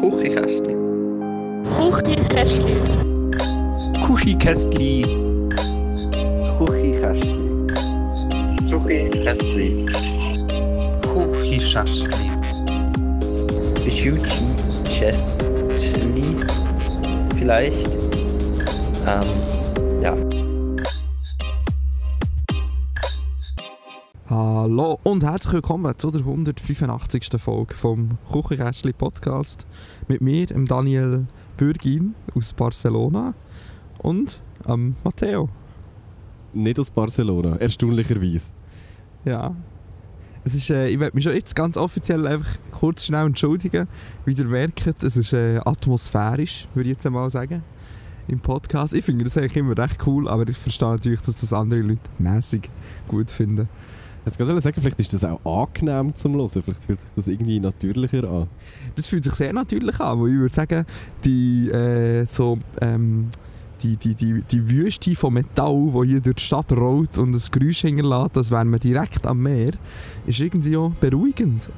Kuchikästli. Kuchikästli. Kuchikästli. Kuchikästli. Kuchikästli. Kuchikästli. Kuchikästli. Vielleicht. Ähm, ja. Hallo und herzlich willkommen zu der 185. Folge vom Kuchenkästchen Podcast mit mir, dem Daniel Bürgin aus Barcelona und ähm, Matteo. Nicht aus Barcelona, erstaunlicherweise. Ja. Es ist, äh, ich möchte mich schon jetzt ganz offiziell einfach kurz schnell entschuldigen, wie ihr merkt, es ist äh, atmosphärisch, würde ich jetzt einmal sagen, im Podcast. Ich finde das eigentlich immer recht cool, aber ich verstehe natürlich, dass das andere Leute mäßig gut finden. Jetzt gerade sagen, vielleicht ist das auch angenehm zum Hören. Vielleicht fühlt sich das irgendwie natürlicher an. Das fühlt sich sehr natürlich an, weil ich würde sagen, die, äh, so, ähm, die, die, die, die Wüste von Metall, die hier durch die Stadt rollt und das Geräusch hinterlässt, das wären wir direkt am Meer, ist irgendwie auch beruhigend.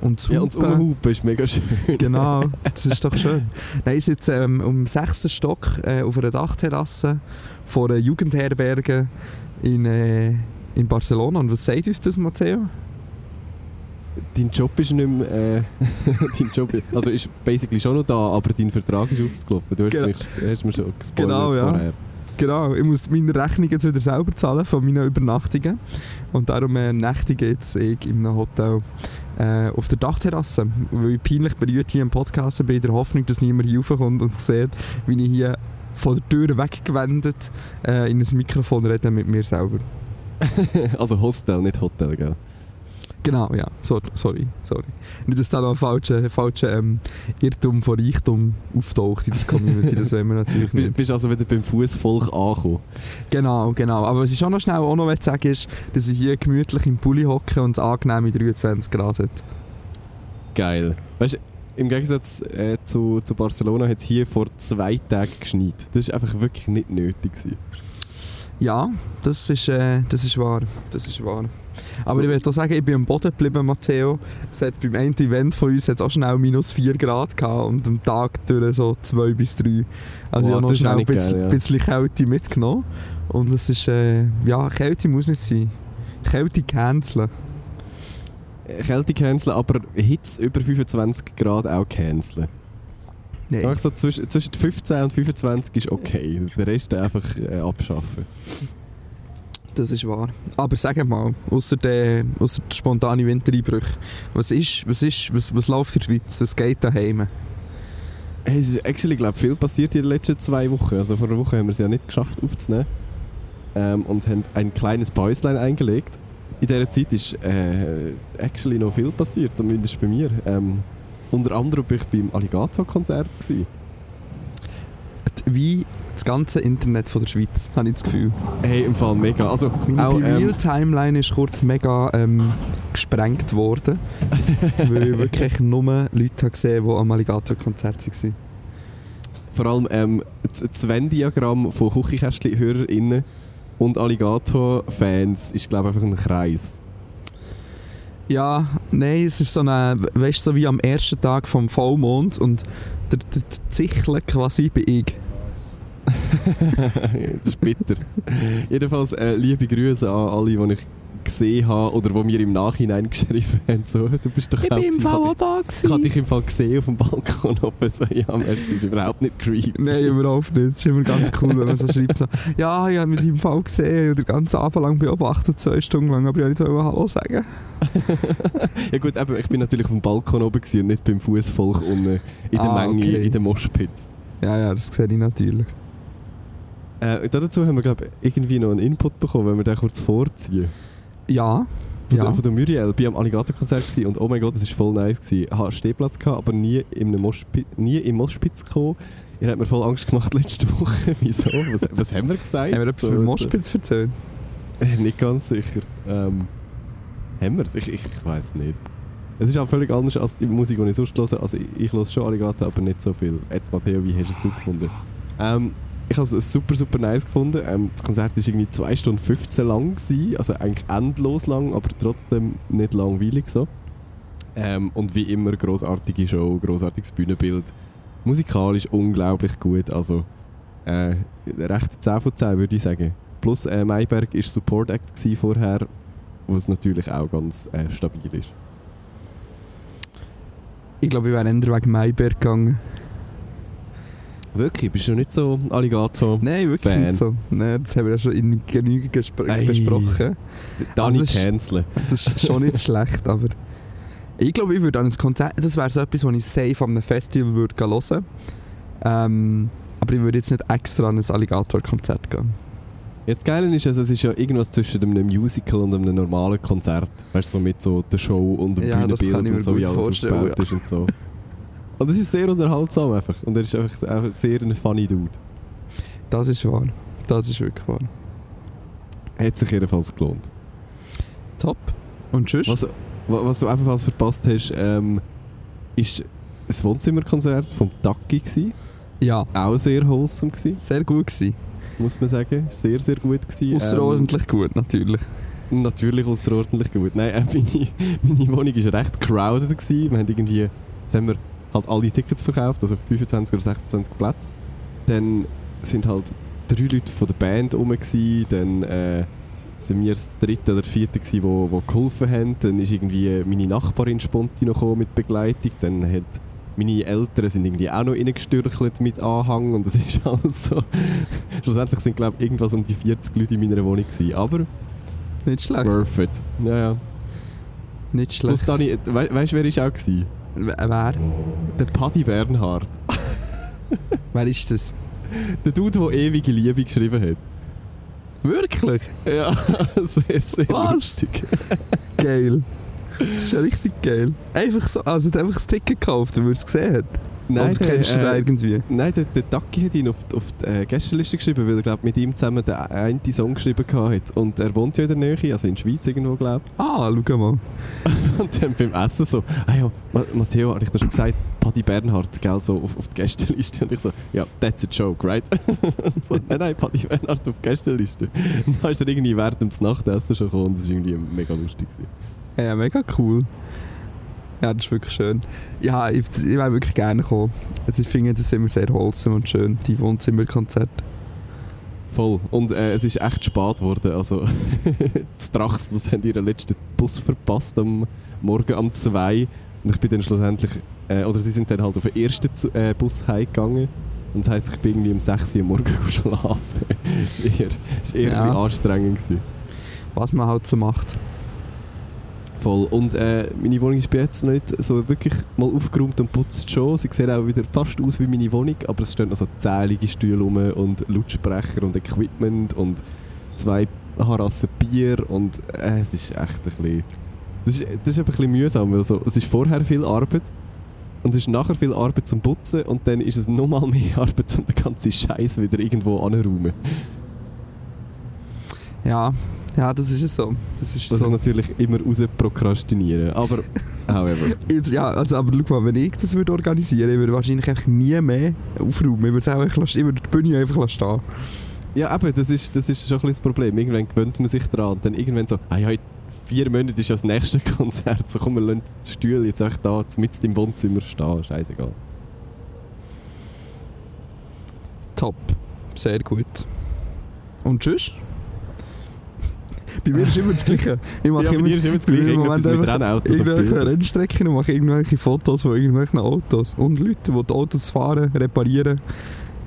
Und zu Ja, und das Umhupen ist mega schön. Genau, das ist doch schön. Nein, ich sitze ähm, im sechsten Stock äh, auf einer Dachterrasse vor einer Jugendherberge in, äh, in Barcelona. Und was sagt uns das, Matteo? Dein Job ist nicht mehr... Äh, dein Job ist, also ist basically schon noch da, aber dein Vertrag ist ausgelaufen. Du hast, Genau. mich, hast mir schon gespoilert Genau, ja. vorher. Genau, ich muss meine Rechnung jetzt wieder selber zahlen von meinen Übernachtungen. Und darum äh, nächtige jetzt ich in einem Hotel äh, auf der Dachterrasse. Weil ich peinlich berührt hier im Podcast bin, in der Hoffnung, dass niemand hier raufkommt und sieht, wie ich hier von der Tür weggewendet äh, in ein Mikrofon rede mit mir selber. Also Hostel, nicht Hotel, gell? Genau, ja. So, sorry, sorry. Nicht, dass da noch ein falscher falscher, ähm, Irrtum von Reichtum auftaucht in der Community, das wollen wir natürlich Du nicht. bist also wieder beim Fußvolk angekommen. Genau, genau. Aber was ich schon noch schnell auch noch sagen ist, dass ich hier gemütlich im Pulli hocke und es angenehme 23 Grad hat. Geil. Weißt du, im Gegensatz äh, zu, zu Barcelona hat es hier vor zwei Tagen geschneit. Das war einfach wirklich nicht nötig. Gewesen. Ja, das ist, äh, das ist wahr. Das ist wahr. Aber ich würde auch sagen, ich bin am Boden geblieben, Matteo. Es hat beim einen Event von uns hat's auch schnell minus 4 Grad gehabt und am Tag durch so 2 bis 3. Also Wow, ich habe noch das ist schnell ein eigentlich geil, bisschen, ja. bisschen Kälte mitgenommen. Und es ist, äh, ja, Kälte muss nicht sein. Kälte canceln. Äh, Kälte canceln, aber Hitze über 25 Grad auch canceln. Nein. Einfach so zwischen, zwischen 15 und 25 ist okay. Den Rest einfach äh, abschaffen. Das ist wahr. Aber sag mal, außer der, ausser der spontane Wintereinbruch, was ist, was ist, was, was läuft in der Schweiz? Was geht daheim? Hey, es ist actually, glaub, viel passiert in den letzten zwei Wochen. Also vor einer Woche haben wir es ja nicht geschafft aufzunehmen. Ähm, und haben ein kleines Päuslein eingelegt. In dieser Zeit ist äh, actually noch viel passiert, zumindest bei mir. Ähm, unter anderem war ich beim Alligator-Konzert. gewesen. Wie das ganze Internet von der Schweiz, habe ich das Gefühl. Hey, im Fall mega. Also, Meine auch, ähm, Real-Timeline ist kurz mega ähm, gesprengt worden, weil ich wirklich nur Leute habe gesehen habe, die am Alligator-Konzert waren. vor allem ähm, das das Venn-Diagramm von Küchenkästchen-HörerInnen und Alligator-Fans ist, glaube ich, einfach ein Kreis. Ja, nein, es ist so eine, weißt du, so wie am ersten Tag vom Vollmond und der, der, der Zichel quasi bin ich. das ist bitter. Jedenfalls äh, liebe Grüße an alle, die ich gesehen habe oder die mir im Nachhinein geschrieben haben. So, du bist doch auch gewesen. da Ich habe dich im Fall gesehen auf dem Balkon oben. So, ja, Mann, das ist überhaupt nicht creepy. Nein, überhaupt nicht. Das ist immer ganz cool, wenn man so schreibt, so, ja, ich habe mit ihm Fall gesehen und den ganzen Abend lang beobachtet, zwei Stunden lang, aber ich wollte nicht mal Hallo sagen. Ja gut, eben, ich bin natürlich auf dem Balkon oben gewesen und nicht beim Fußvolk unten in der Ah, Menge, okay. in der Moschpitz. Ja, ja, das sehe ich natürlich. Äh, dazu haben wir, glaube ich, irgendwie noch einen Input bekommen, wenn wir den kurz vorziehen. Ja, Von, ja. der, von der Muriel, ich war am Alligator-Konzert gewesen und oh mein Gott, das war voll nice. Gewesen. Ich hatte Stehplatz, gehabt, aber nie, in einem Moschpi nie im Moschpitz gekommen. Ihr habt mir voll Angst gemacht letzte Woche. Wieso? Was, was haben wir gesagt? Haben wir etwas So, über Moschpitz erzählt? äh, Nicht ganz sicher. Ähm, haben wir es? Ich, ich, ich weiß nicht. Es ist auch völlig anders als die Musik, die ich sonst höre. Also ich, ich höre schon Alligator, aber nicht so viel. Jetzt, Matteo, wie hast du es du gefunden? Ähm, ich habe es super, super nice gefunden. Ähm, das Konzert war irgendwie 2 Stunden 15 lang. Gewesen. Also eigentlich endlos lang, aber trotzdem nicht langweilig so. Ähm, und wie immer, großartige Show, großartiges Bühnenbild. Musikalisch unglaublich gut. Also, äh, recht 10 von 10 würde ich sagen. Plus, äh, Mayberg war Support Act gewesen vorher, was natürlich auch ganz äh, stabil ist. Ich glaube, ich wäre eher wegen Mayberg gegangen. Wirklich, bist du nicht so Alligator? Nein, wirklich Fan. nicht so. Nein, das haben wir ja schon in genügend gespr Ei. besprochen. Dani Also es ist- canceln. Das ist schon nicht schlecht, aber... Ich glaube, ich würde an ein Konzert... Das wäre so etwas, was ich safe an einem Festival würde gehen hören ähm, Aber ich würde jetzt nicht extra an ein Alligator-Konzert gehen. Jetzt das Geile ist, also, es ist ja irgendwas zwischen einem Musical und einem normalen Konzert. Weißt du, so mit so der Show und dem Ja, das kann Bühnenbild ich mir und so, wie gut alles vorstellen, aufgebaut ja. ist und so. Und es ist sehr unterhaltsam einfach. Und er ist einfach einfach sehr ein funny Dude. Das ist wahr. Das ist wirklich wahr. Hat sich jedenfalls gelohnt. Top. Und tschüss. Was, wa- was du ebenfalls verpasst hast, ähm, ist das Wohnzimmerkonzert vom Taki gsi. Ja, Auch sehr wholesome gsi, sehr gut gewesen. muss man sagen. Sehr, sehr gut gsi. Ähm, Außerordentlich gut, natürlich. Natürlich außerordentlich gut. Nein, äh, meine, meine Wohnung war recht crowded. Gewesen. Wir haben irgendwie, jetzt haben wir halt alle Tickets verkauft, also 25 oder 26 Plätze. Dann sind halt drei Leute von der Band rum, gewesen. dann äh, sind wir das dritte oder vierte, gewesen, wo, wo geholfen haben. Dann ist irgendwie meine Nachbarin spontan noch gekommen mit Begleitung. Dann hat meine Eltern sind irgendwie auch noch reingestürchelt mit Anhang und das ist alles so. Schlussendlich sind glaube ich irgendwas um die 40 Leute in meiner Wohnung gewesen. aber Nicht schlecht. worth it. Ja, ja. Nicht Plus schlecht. Dani, we weißt du, wer ist auch gewesen? W- äh, Wer? Der Paddy Bernhard. Wer ist das? Der Dude, der ewige Liebe geschrieben hat. Wirklich? Ja, sehr, sehr Was? lustig. Geil. Das ist ja richtig geil. Einfach so, also hat einfach das Ticket gekauft, wenn man es gesehen hat. Nein, Oder kennst du den äh, irgendwie? Nein, der, der Taki hat ihn auf, die- auf die äh, Gästeliste geschrieben, weil er glaub, mit ihm zusammen den einen Song geschrieben hat. Und er wohnt ja in der Nähe, also in der Schweiz irgendwo, glaube Ah, schau mal. Und dann beim Essen so, ah ja, Ma- Matteo, habe ich dir schon gesagt, Paddy Bernhard, gell, so auf, auf die Gästeliste. Und ich so, ja, that's a joke, right? Und so, nein, nein, Paddy Bernhard auf die Gästeliste. Und dann ist er irgendwie während dem Nachtessen schon gekommen und es war irgendwie mega lustig. Gewesen. Ja, mega cool. Ja, das ist wirklich schön. Ja, ich, ich wäre wirklich gerne gekommen. Also ich finde das immer sehr wholesome und schön, die Wohnzimmerkonzerte. Voll. Und äh, es ist echt spät geworden, also die Drachs, das haben ihren letzten Bus verpasst am Morgen um 2. Und ich bin dann schlussendlich, äh, oder sie sind dann halt auf den ersten Zu- äh, Bus heimgegangen. Und das heisst, ich bin irgendwie um 6 Uhr am Morgen schlafen. ist eher, ist eher Ja. ein bisschen anstrengend gewesen. Was man halt so macht. Voll. Und äh, meine Wohnung ist bis jetzt noch nicht so wirklich mal aufgeräumt und putzt schon. Sie sieht auch wieder fast aus wie meine Wohnung, aber es stehen noch so zählige Stühle rum und Lautsprecher und Equipment und zwei Harassen Bier und äh, es ist echt ein bisschen... Das ist, das ist eben ein bisschen mühsam, weil so, es ist vorher viel Arbeit und es ist nachher viel Arbeit zum Putzen und dann ist es nochmal mehr Arbeit, um den ganzen Scheiß wieder irgendwo anzuräumen. Ja, ja, das ist es so. Das ist Das ist so. natürlich immer raus prokrastinieren, aber however. Jetzt, ja, also, aber schau mal, wenn ich das würde organisieren würde, würde ich wahrscheinlich einfach nie mehr aufräumen. Ich würde es auch einfach lassen- ich würde die Bühne einfach stehen lassen. Ja, eben, das ist, das ist schon ein bisschen das Problem. Irgendwann gewöhnt man sich daran. Und dann irgendwann so, ah ja, in vier Monaten ist ja das nächste Konzert. So, komm, wir lassen die Stühle jetzt echt da, mitten im Wohnzimmer stehen. Scheißegal. Top. Sehr gut. Und tschüss? Bei mir ist immer das Gleiche. Ich mache ja, bei immer dir ist immer das Gleiche. im Irgendwas Moment mit einfach Rennautos und irgendwelche Bildern. Rennstrecken und mache irgendwelche Fotos von irgendwelchen Autos. Und Leute, die die Autos fahren, reparieren,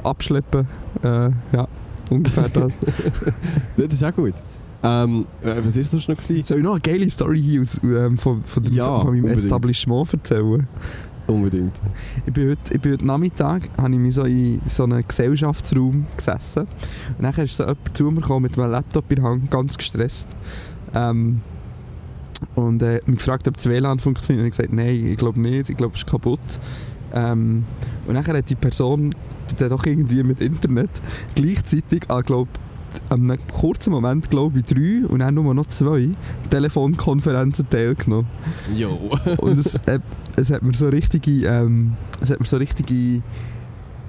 abschleppen. Äh, ja, ungefähr das. Das ist auch gut. Ähm, äh, was war sonst noch? Gewesen? Soll ich noch eine geile Story hier aus, ähm, von, von, dem, Ja, von meinem unbedingt. Establishment erzählen? Unbedingt. Ich bin heute, ich bin heute Nachmittag habe ich mich so in so einem Gesellschaftsraum gesessen. Und dann ist so jemand zu mir gekommen mit meinem Laptop in der Hand, ganz gestresst. Ähm, und äh, mich gefragt, ob das WLAN funktioniert. Und ich gesagt, nein, ich glaube nicht, ich glaube, es ist kaputt. Ähm, und dann hat die Person, die hat doch irgendwie mit Internet, gleichzeitig an, glaub, an einem kurzen Moment, glaube ich, drei und dann nur noch zwei Telefonkonferenzen teilgenommen. Jo. Und es, äh, es hat mir so richtige, ähm, es hat mir so richtige,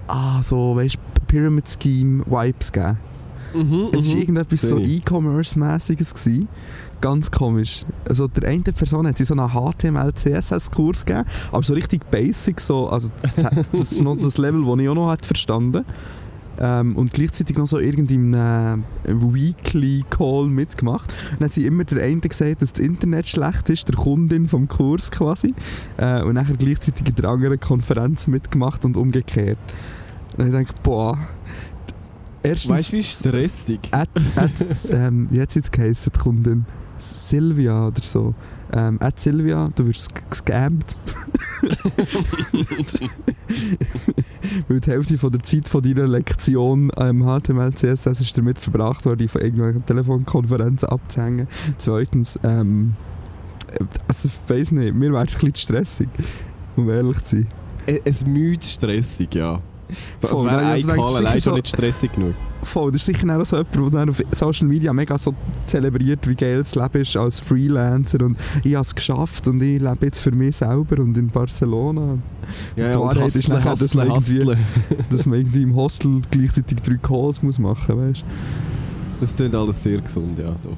ah, so, weißt Pyramid Scheme Vibes gegeben. Mhm, Es war mhm. irgendetwas so Sehe ich. E-Commerce-mäßiges. gewesen. Ganz komisch. Also der eine Person hat sie so einen HTML-CSS-Kurs gegeben, aber so richtig basic, so, also das, das ist noch das Level, das ich auch noch hätte verstanden. Ähm, und gleichzeitig noch so irgendeinem äh, Weekly Call mitgemacht. Und dann hat sie immer der eine gesagt, dass das Internet schlecht ist, der Kundin vom Kurs quasi. Äh, und nachher gleichzeitig in der anderen Konferenz mitgemacht und umgekehrt. Und ich denke, boah. Erstens, Weißt du, wie stressig? at, at, ähm, wie hat sie jetzt geheissen, die Kundin? S- Silvia oder so. Ähm, at Silvia, du wirst g- gescampt. Weil die Hälfte von der Zeit von deiner Lektion am HTML, CSS ist damit verbracht worden, dich von irgendwelchen Telefonkonferenzen abzuhängen. Zweitens, ähm, also ich weiss nicht, mir wäre es ein bisschen zu stressig, um ehrlich zu sein. E- Es müde stressig, ja. So, als Äh. Voll, wäre nein, ein also denkst du Call sicher allein schon so- nicht stressig genug. Voll, das ist sicher auch so jemand, der dann auf Social Media mega so zelebriert, wie geil das Leben ist als Freelancer und ich habe es geschafft und ich lebe jetzt für mich selber und in Barcelona. Ja, Die Wahrheit ist nachher, dass man irgendwie- Dass man irgendwie im Hostel gleichzeitig drei Calls muss machen muss, Das klingt alles sehr gesund, ja, doch.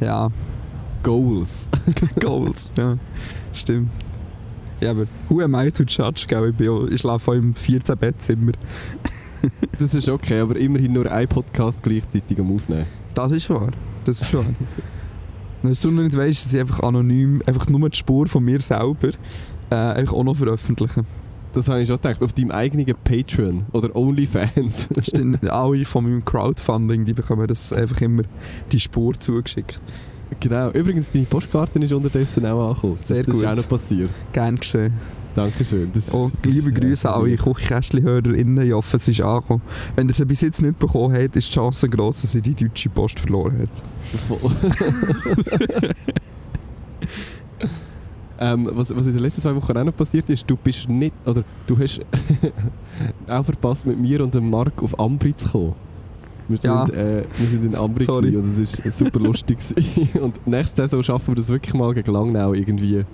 Ja, Goals. Goals. ja, stimmt. Ja, aber who am I to judge, gell? Ich, bin auch, ich schlafe auch im 14-Bettzimmer. Das ist okay, aber immerhin nur ein Podcast gleichzeitig am Aufnehmen. Das ist wahr, das ist wahr. Wenn du noch nicht weißt, dass ich einfach anonym, einfach nur die Spur von mir selber, äh, einfach auch noch veröffentlichen. Das habe ich schon gedacht. Auf deinem eigenen Patreon oder OnlyFans. Stimmt, alle von meinem Crowdfunding, die bekommen das einfach immer die Spur zugeschickt. genau. Übrigens, deine Postkarte ist unterdessen auch angekommen. Sehr das, das gut. ist auch noch passiert. Gern gesehen. Dankeschön. Das ist- Und das liebe ist- Grüße an alle Kochkästchen-HörerInnen. Ich hoffe, es ist angekommen. Wenn ihr sie bis jetzt nicht bekommen habt, ist die Chance gross, dass sie die deutsche Post verloren hat. Voll. ähm, was, was in den letzten zwei Wochen auch noch passiert ist, du bist nicht, oder du hast auch verpasst, mit mir und dem Marc auf Ambri zu kommen. Wir sind, Ja. äh, wir sind in Ambri Sorry. gewesen und es war super lustig. gewesen. und nächste Saison schaffen wir das wirklich mal gegen Langnau irgendwie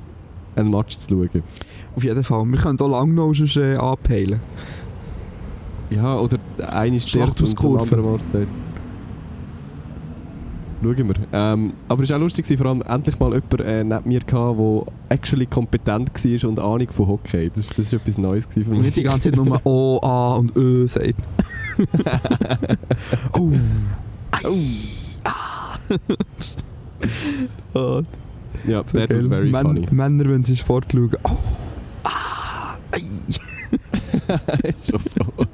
einen Match zu schauen. Auf jeden Fall. Wir können hier lang noch sonst, äh, anpeilen. Ja, oder eine stirbt und der Schlachthauskurve. andere Mord dort. Schauen wir. Ähm, aber es war auch lustig, gewesen, vor allem endlich mal jemand äh, neben mir, gehabt, der actually kompetent war und Ahnung von Hockey. Das, das ist etwas Neues gewesen für Und mich. nicht die ganze Zeit nur O, A und Ö sagt. oh. Ah. Ei. Ah. oh. Ja, So that was geil. very Män- funny. Männer, wenn sie Sport schauen. Oh. Ist schon so.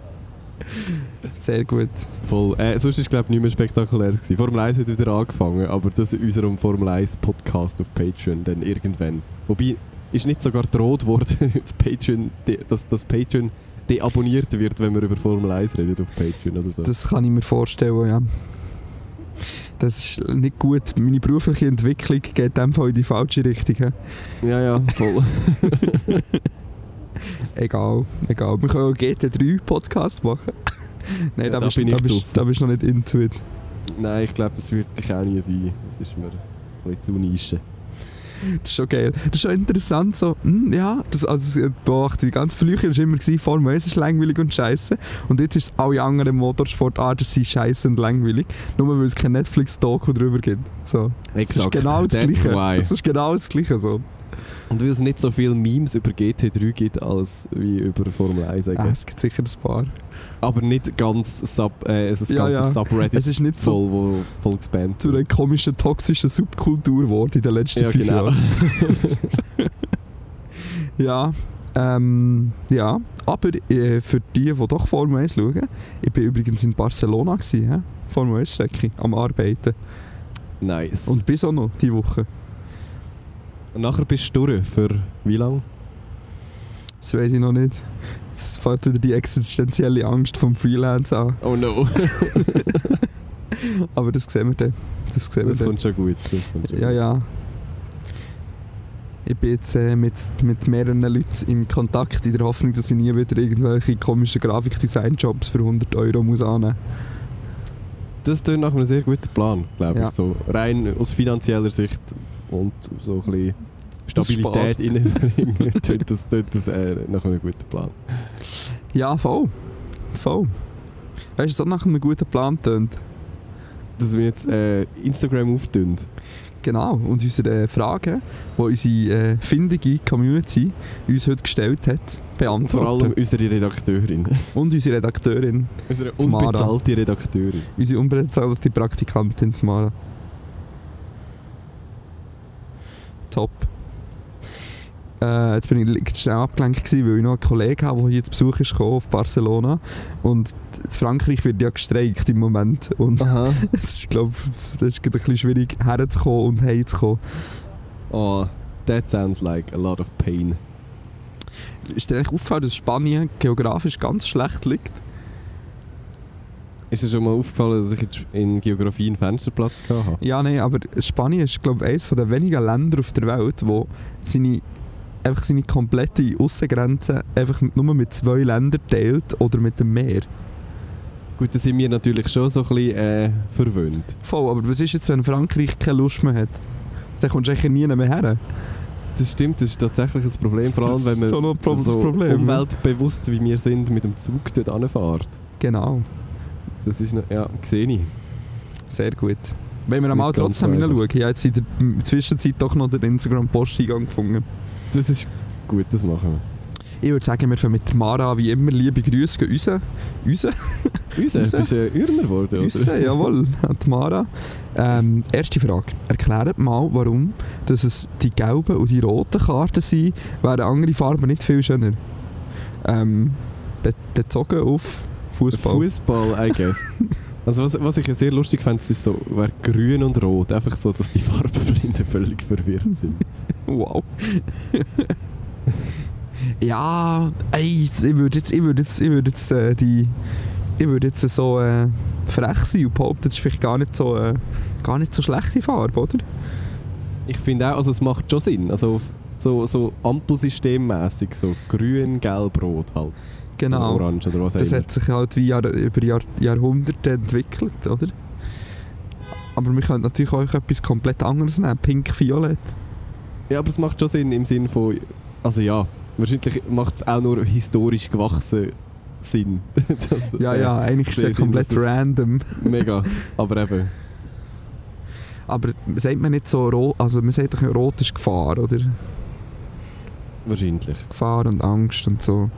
Sehr gut. Voll. Äh, sonst war es, glaube ich, nicht mehr spektakulär. Gewesen. Formel 1 hat wieder angefangen, aber das in unserem Formel 1 Podcast auf Patreon dann irgendwann. Wobei, ist nicht sogar droht worden, das Patreon, de, dass das Patreon deabonniert wird, wenn wir über Formel 1 reden auf Patreon oder so. Das kann ich mir vorstellen, ja. Das ist nicht gut. Meine berufliche Entwicklung geht in dem Fall in die falsche Richtung. hä? ja, ja, voll. Egal, egal. Wir können auch GT3-Podcast machen. Nein, Ja, da, da bist, bin da, ich bist, draussen. da bist du noch nicht into it. Nein, ich glaube, das wird ich auch nie sein. Das ist mir ein bisschen zu nische. Das ist schon geil. Das ist schon interessant, so, hm, ja, das, also, das beobachte ich ganz früher war es immer gewesen, Formel 1 ist langweilig und scheiße und jetzt ist es alle anderen Motorsportarten sind scheiße und langweilig, nur weil es kein Netflix-Doku darüber gibt. So. Das ist genau das That's Gleiche. why. Das ist genau das Gleiche, so. Und weil es nicht so viele Memes über GT3 gibt, als wie über Formel 1. I Ah, guess. es gibt sicher ein paar. Ah. Aber nicht ganz sub, äh, es ist Ja, ja, ja. Subreddit. Es ist nicht so voll, wo voll gespannt zu einer komischen, toxischen Subkultur geworden in den letzten Ja, fünf genau. Jahren. Ja, ähm, ja. Aber äh, für die, die doch Formel 1 schauen, ich war übrigens in Barcelona, gewesen, hä? Formel 1-Strecke, am Arbeiten. Nice. Und Und bis auch noch, diese Woche. nachher bist du durch für wie lange? Das weiß ich noch nicht. Es fällt wieder die existenzielle Angst vom Freelance an. Oh no. Aber das sehen wir dann. Das sehen wir Das dann. kommt schon gut. Das kommt schon Ja, gut. ja. Ich bin jetzt äh, mit, mit mehreren Leuten im Kontakt, in der Hoffnung, dass ich nie wieder irgendwelche komischen Grafikdesign-Jobs für 100 Euro muss annehmen Das klingt nach einem sehr guten Plan, glaube Ja. ich. So rein aus finanzieller Sicht und so ein bisschen Spass. Stabilität reinbringen. klingt das klingt das äh, nach einem guten Plan. muss. Ja, voll. Voll. Weißt du, so nach einem guten Plan tönt. dass wir jetzt äh, Instagram aufdünnen. Genau, und unsere äh, Fragen, die unsere äh, findige Community uns heute gestellt hat, Und vor allem beantworten. unsere Redakteurin. Und unsere Redakteurin, Unsere Tamara. unbezahlte Redakteurin. unsere unbezahlte Praktikantin Tamara. Top. Äh, jetzt bin ich li- schnell abgelenkt, gewesen, weil ich noch einen Kollegen habe, der hier zu Besuch ist gekommen, auf Barcelona. Und in Frankreich wird ja gestreikt im Moment. Und Aha. es ist, glaube das ist gerade ein bisschen schwierig, herzukommen und heimzukommen. Oh, that sounds like a lot of pain. Ist dir eigentlich aufgefallen, dass Spanien geografisch ganz schlecht liegt? Ist dir schon mal aufgefallen, dass ich jetzt in Geografie einen Fensterplatz gehabt habe? Ja, nein, aber Spanien ist, glaube ich, eines der wenigen Länder auf der Welt, wo seine, einfach seine komplette Aussengrenze einfach mit- nur mit zwei Ländern teilt oder mit dem Meer. Gut, da sind wir natürlich schon so ein bisschen äh, verwöhnt. Voll, aber was ist jetzt, wenn Frankreich keine Lust mehr hat? Dann kommst du eigentlich nie mehr her. Das stimmt, das ist tatsächlich ein Problem, vor allem Das wenn ist schon noch man ein Pro- so Problem, ja. umweltbewusst wie wir sind mit dem Zug dort anfährt. Genau, Das ist noch, ja, sehe ich. sehr gut. Wenn wir einmal Nicht ganz trotzdem einfach. hineinschauen, ich habe jetzt in der Zwischenzeit doch noch den Instagram-Posteingang gefunden. Das ist gut, das machen Ich würde sagen, wir fangen mit Mara wie immer liebe Grüße gehen raus. Raus? wir. Unser, Unser? bist du äh, Ürner geworden, oder? Wissen, jawohl, an die Mara. Ähm, erste Frage. Erklärt mal, warum dass es die gelben und die roten Karten sind, wären andere Farben nicht viel schöner. Ähm, be bezogen auf Fußball. Fußball, I guess. Also was, was ich ja sehr lustig fand, ist so, wäre grün und rot. Einfach so, dass die Farbenblinden völlig verwirrt sind. Wow. ja, ey, ich würde jetzt, ich würde jetzt, ich würde jetzt äh, die, ich würde jetzt so äh, frech sein und behaupten, das ist vielleicht gar nicht so, äh, gar nicht so schlechte Farbe, oder? Ich finde auch, also es macht schon Sinn. Also auf- so, so ampelsystemmäßig so grün, gelb, rot halt. Genau. Oder orange oder was auch Das immer. hat sich halt wie Jahr, über Jahr, Jahrhunderte entwickelt, oder? Aber wir können natürlich auch etwas komplett anderes nehmen, pink-violett. Ja, aber es macht schon Sinn im Sinne von... Also ja, wahrscheinlich macht es auch nur historisch gewachsen Sinn. Das, Ja, äh, ja, eigentlich ist es ja Sinn, komplett dass es- random. Mega. Aber eben, Aber sagt man nicht so rot, also man sagt doch rot ist Gefahr, oder? wahrscheinlich. Gefahr und Angst und so.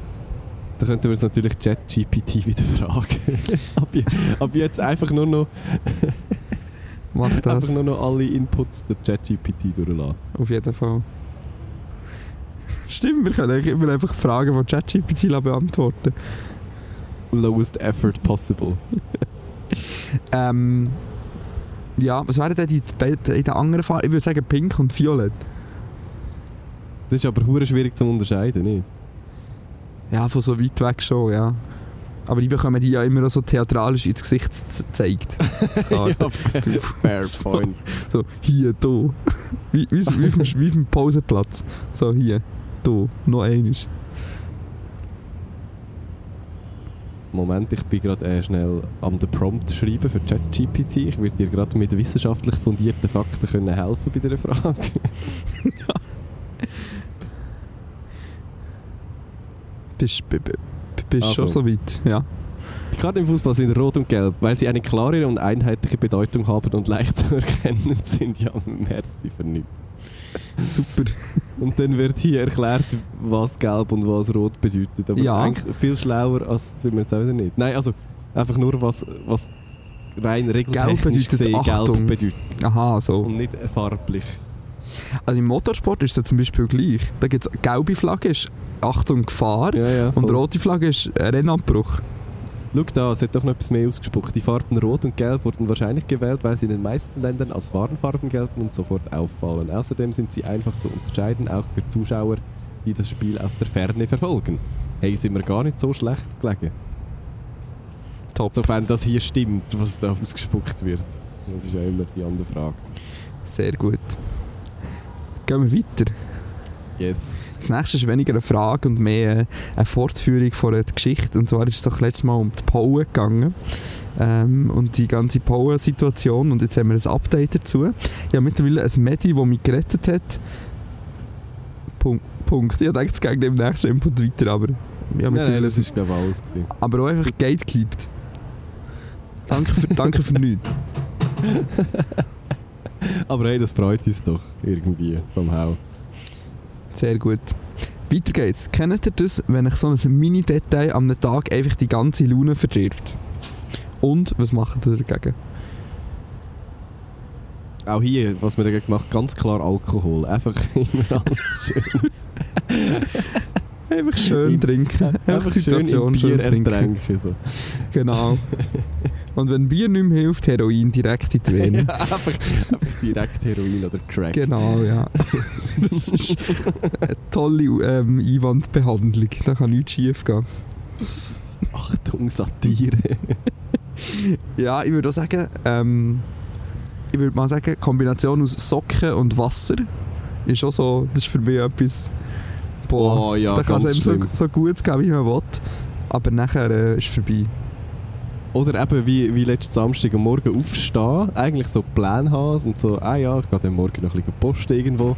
Da könnten wir es natürlich ChatGPT wieder fragen. ab, je, ab jetzt einfach nur noch, Macht das einfach nur noch alle Inputs der ChatGPT durchlassen. auf jeden Fall. Stimmt, wir können eigentlich immer einfach Fragen von ChatGPT lassen beantworten. Lowest effort possible. Ähm, ja, was wären denn die beiden- in den anderen Farben? Ich würde sagen pink und violett. Das ist aber hure schwierig zu unterscheiden, nicht? Ja, von so weit weg schon, ja. Aber die bekommen die ja immer so theatralisch ins Gesicht z- gezeigt. Klar. fair So. point. So, hier, da. Wie, wie, so- wie, vom, wie vom Pauseplatz. So, hier, da, noch einiges. Moment, ich bin gerade äh, schnell am den Prompt schreiben für ChatGPT. Ich werde dir gerade mit wissenschaftlich fundierten Fakten können helfen bei dieser Frage. Bist, b- b- bist Also. schon so weit, ja. Die Karten im Fußball sind rot und gelb, weil sie eine klare und einheitliche Bedeutung haben und leicht zu erkennen sind. Ja, merci für nichts. Super. Und dann wird hier erklärt, was gelb und was rot bedeutet. Aber Ja. eigentlich viel schlauer als sind wir jetzt auch wieder nicht. Nein, also einfach nur, was, was rein regeltechnisch bedeutet gesehen gelb Achtung. bedeutet Aha, so. und nicht äh, farblich. Also im Motorsport ist es ja zum Beispiel gleich. Da gibt es gelbe Flagge, ist Achtung, Gefahr. Ja, ja, Und voll. rote Flagge ist äh, Rennabbruch. Schau da, es hat doch noch etwas mehr ausgespuckt. Die Farben Rot und Gelb wurden wahrscheinlich gewählt, weil sie in den meisten Ländern als Warnfarben gelten und sofort auffallen. Außerdem sind sie einfach zu unterscheiden, auch für Zuschauer, die das Spiel aus der Ferne verfolgen. Hey, sind wir gar nicht so schlecht gelegen. Top. Sofern das hier stimmt, was da ausgespuckt wird. Das ist ja immer die andere Frage. Sehr gut. Gehen wir weiter. Yes. Das nächste ist weniger eine Frage und mehr äh, eine Fortführung von einer Geschichte. Und zwar ist es doch letztes Mal um die Polen gegangen. Ähm, und die ganze Polen-Situation. Und jetzt haben wir ein Update dazu. Ich habe mittlerweile ein Medi, das mich gerettet hat. Punkt. Punkt. Ich denke, es geht im nächsten Input weiter, aber... Ich habe Ja, nein, mittlerweile nein, das ist glaube ich alles. Gewesen. aber auch einfach Geld gibt. Danke für, danke für nichts. Aber hey, das freut uns doch irgendwie, somehow. Sehr gut. Weiter geht's. Kennt ihr das, wenn euch so ein Mini-Detail am Tag einfach die ganze Laune verdirbt? Und was macht ihr dagegen? Auch hier, was wir dagegen machen, ganz klar Alkohol. Einfach immer alles schön, Einfach schön Im- trinken. einfach schön im Bier ertränken. So. Genau. Und wenn Bier nicht mehr hilft, Heroin direkt in die Vene. Ja, einfach, einfach direkt Heroin oder Crack. Genau, ja. Das ist eine tolle ähm, Einwandbehandlung. Da kann nichts schief gehen. Achtung, Satire. Ja, ich würde auch sagen, ähm, ich würde mal sagen, Kombination aus Socken und Wasser ist schon so, das ist für mich etwas, boah, Oh ja, da kann es ganz einem so, schlimm. so gut gehen, wie man will, aber nachher äh, ist es vorbei. Oder eben wie, wie letzten Samstag am Morgen aufstehen, eigentlich so Pläne haben und so, ah ja, ich gehe dann morgen noch ein bisschen posten irgendwo.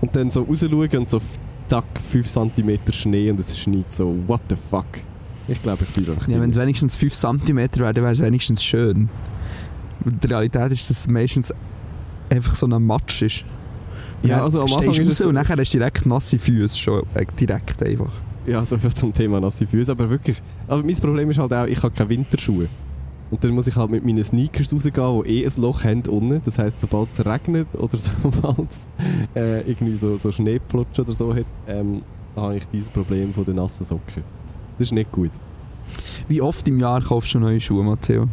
Und dann so rausschauen und so, f- zack, 5 cm Schnee und es schneit so, what the fuck. Ich glaube, ich bin einfach Ja, wenn nicht es wenigstens 5 cm wäre, wäre es wenigstens schön. Und Die Realität ist, dass es meistens einfach so ein Matsch ist. Und Ja, dann also am stehst Anfang du ist es raus Und so- nachher hast du direkt nasse Füße, schon äh, direkt einfach. Ja, so viel zum Thema nasse Füße, aber wirklich. Aber mein Problem ist halt auch, ich habe keine Winterschuhe. Und dann muss ich halt mit meinen Sneakers rausgehen, die eh ein Loch haben unten. Das heisst, sobald es regnet oder sobald es äh, irgendwie so, so Schneepflutsch oder so hat, ähm, habe ich dieses Problem von den nassen Socken. Das ist nicht gut. Wie oft im Jahr kaufst du neue Schuhe, Matteo?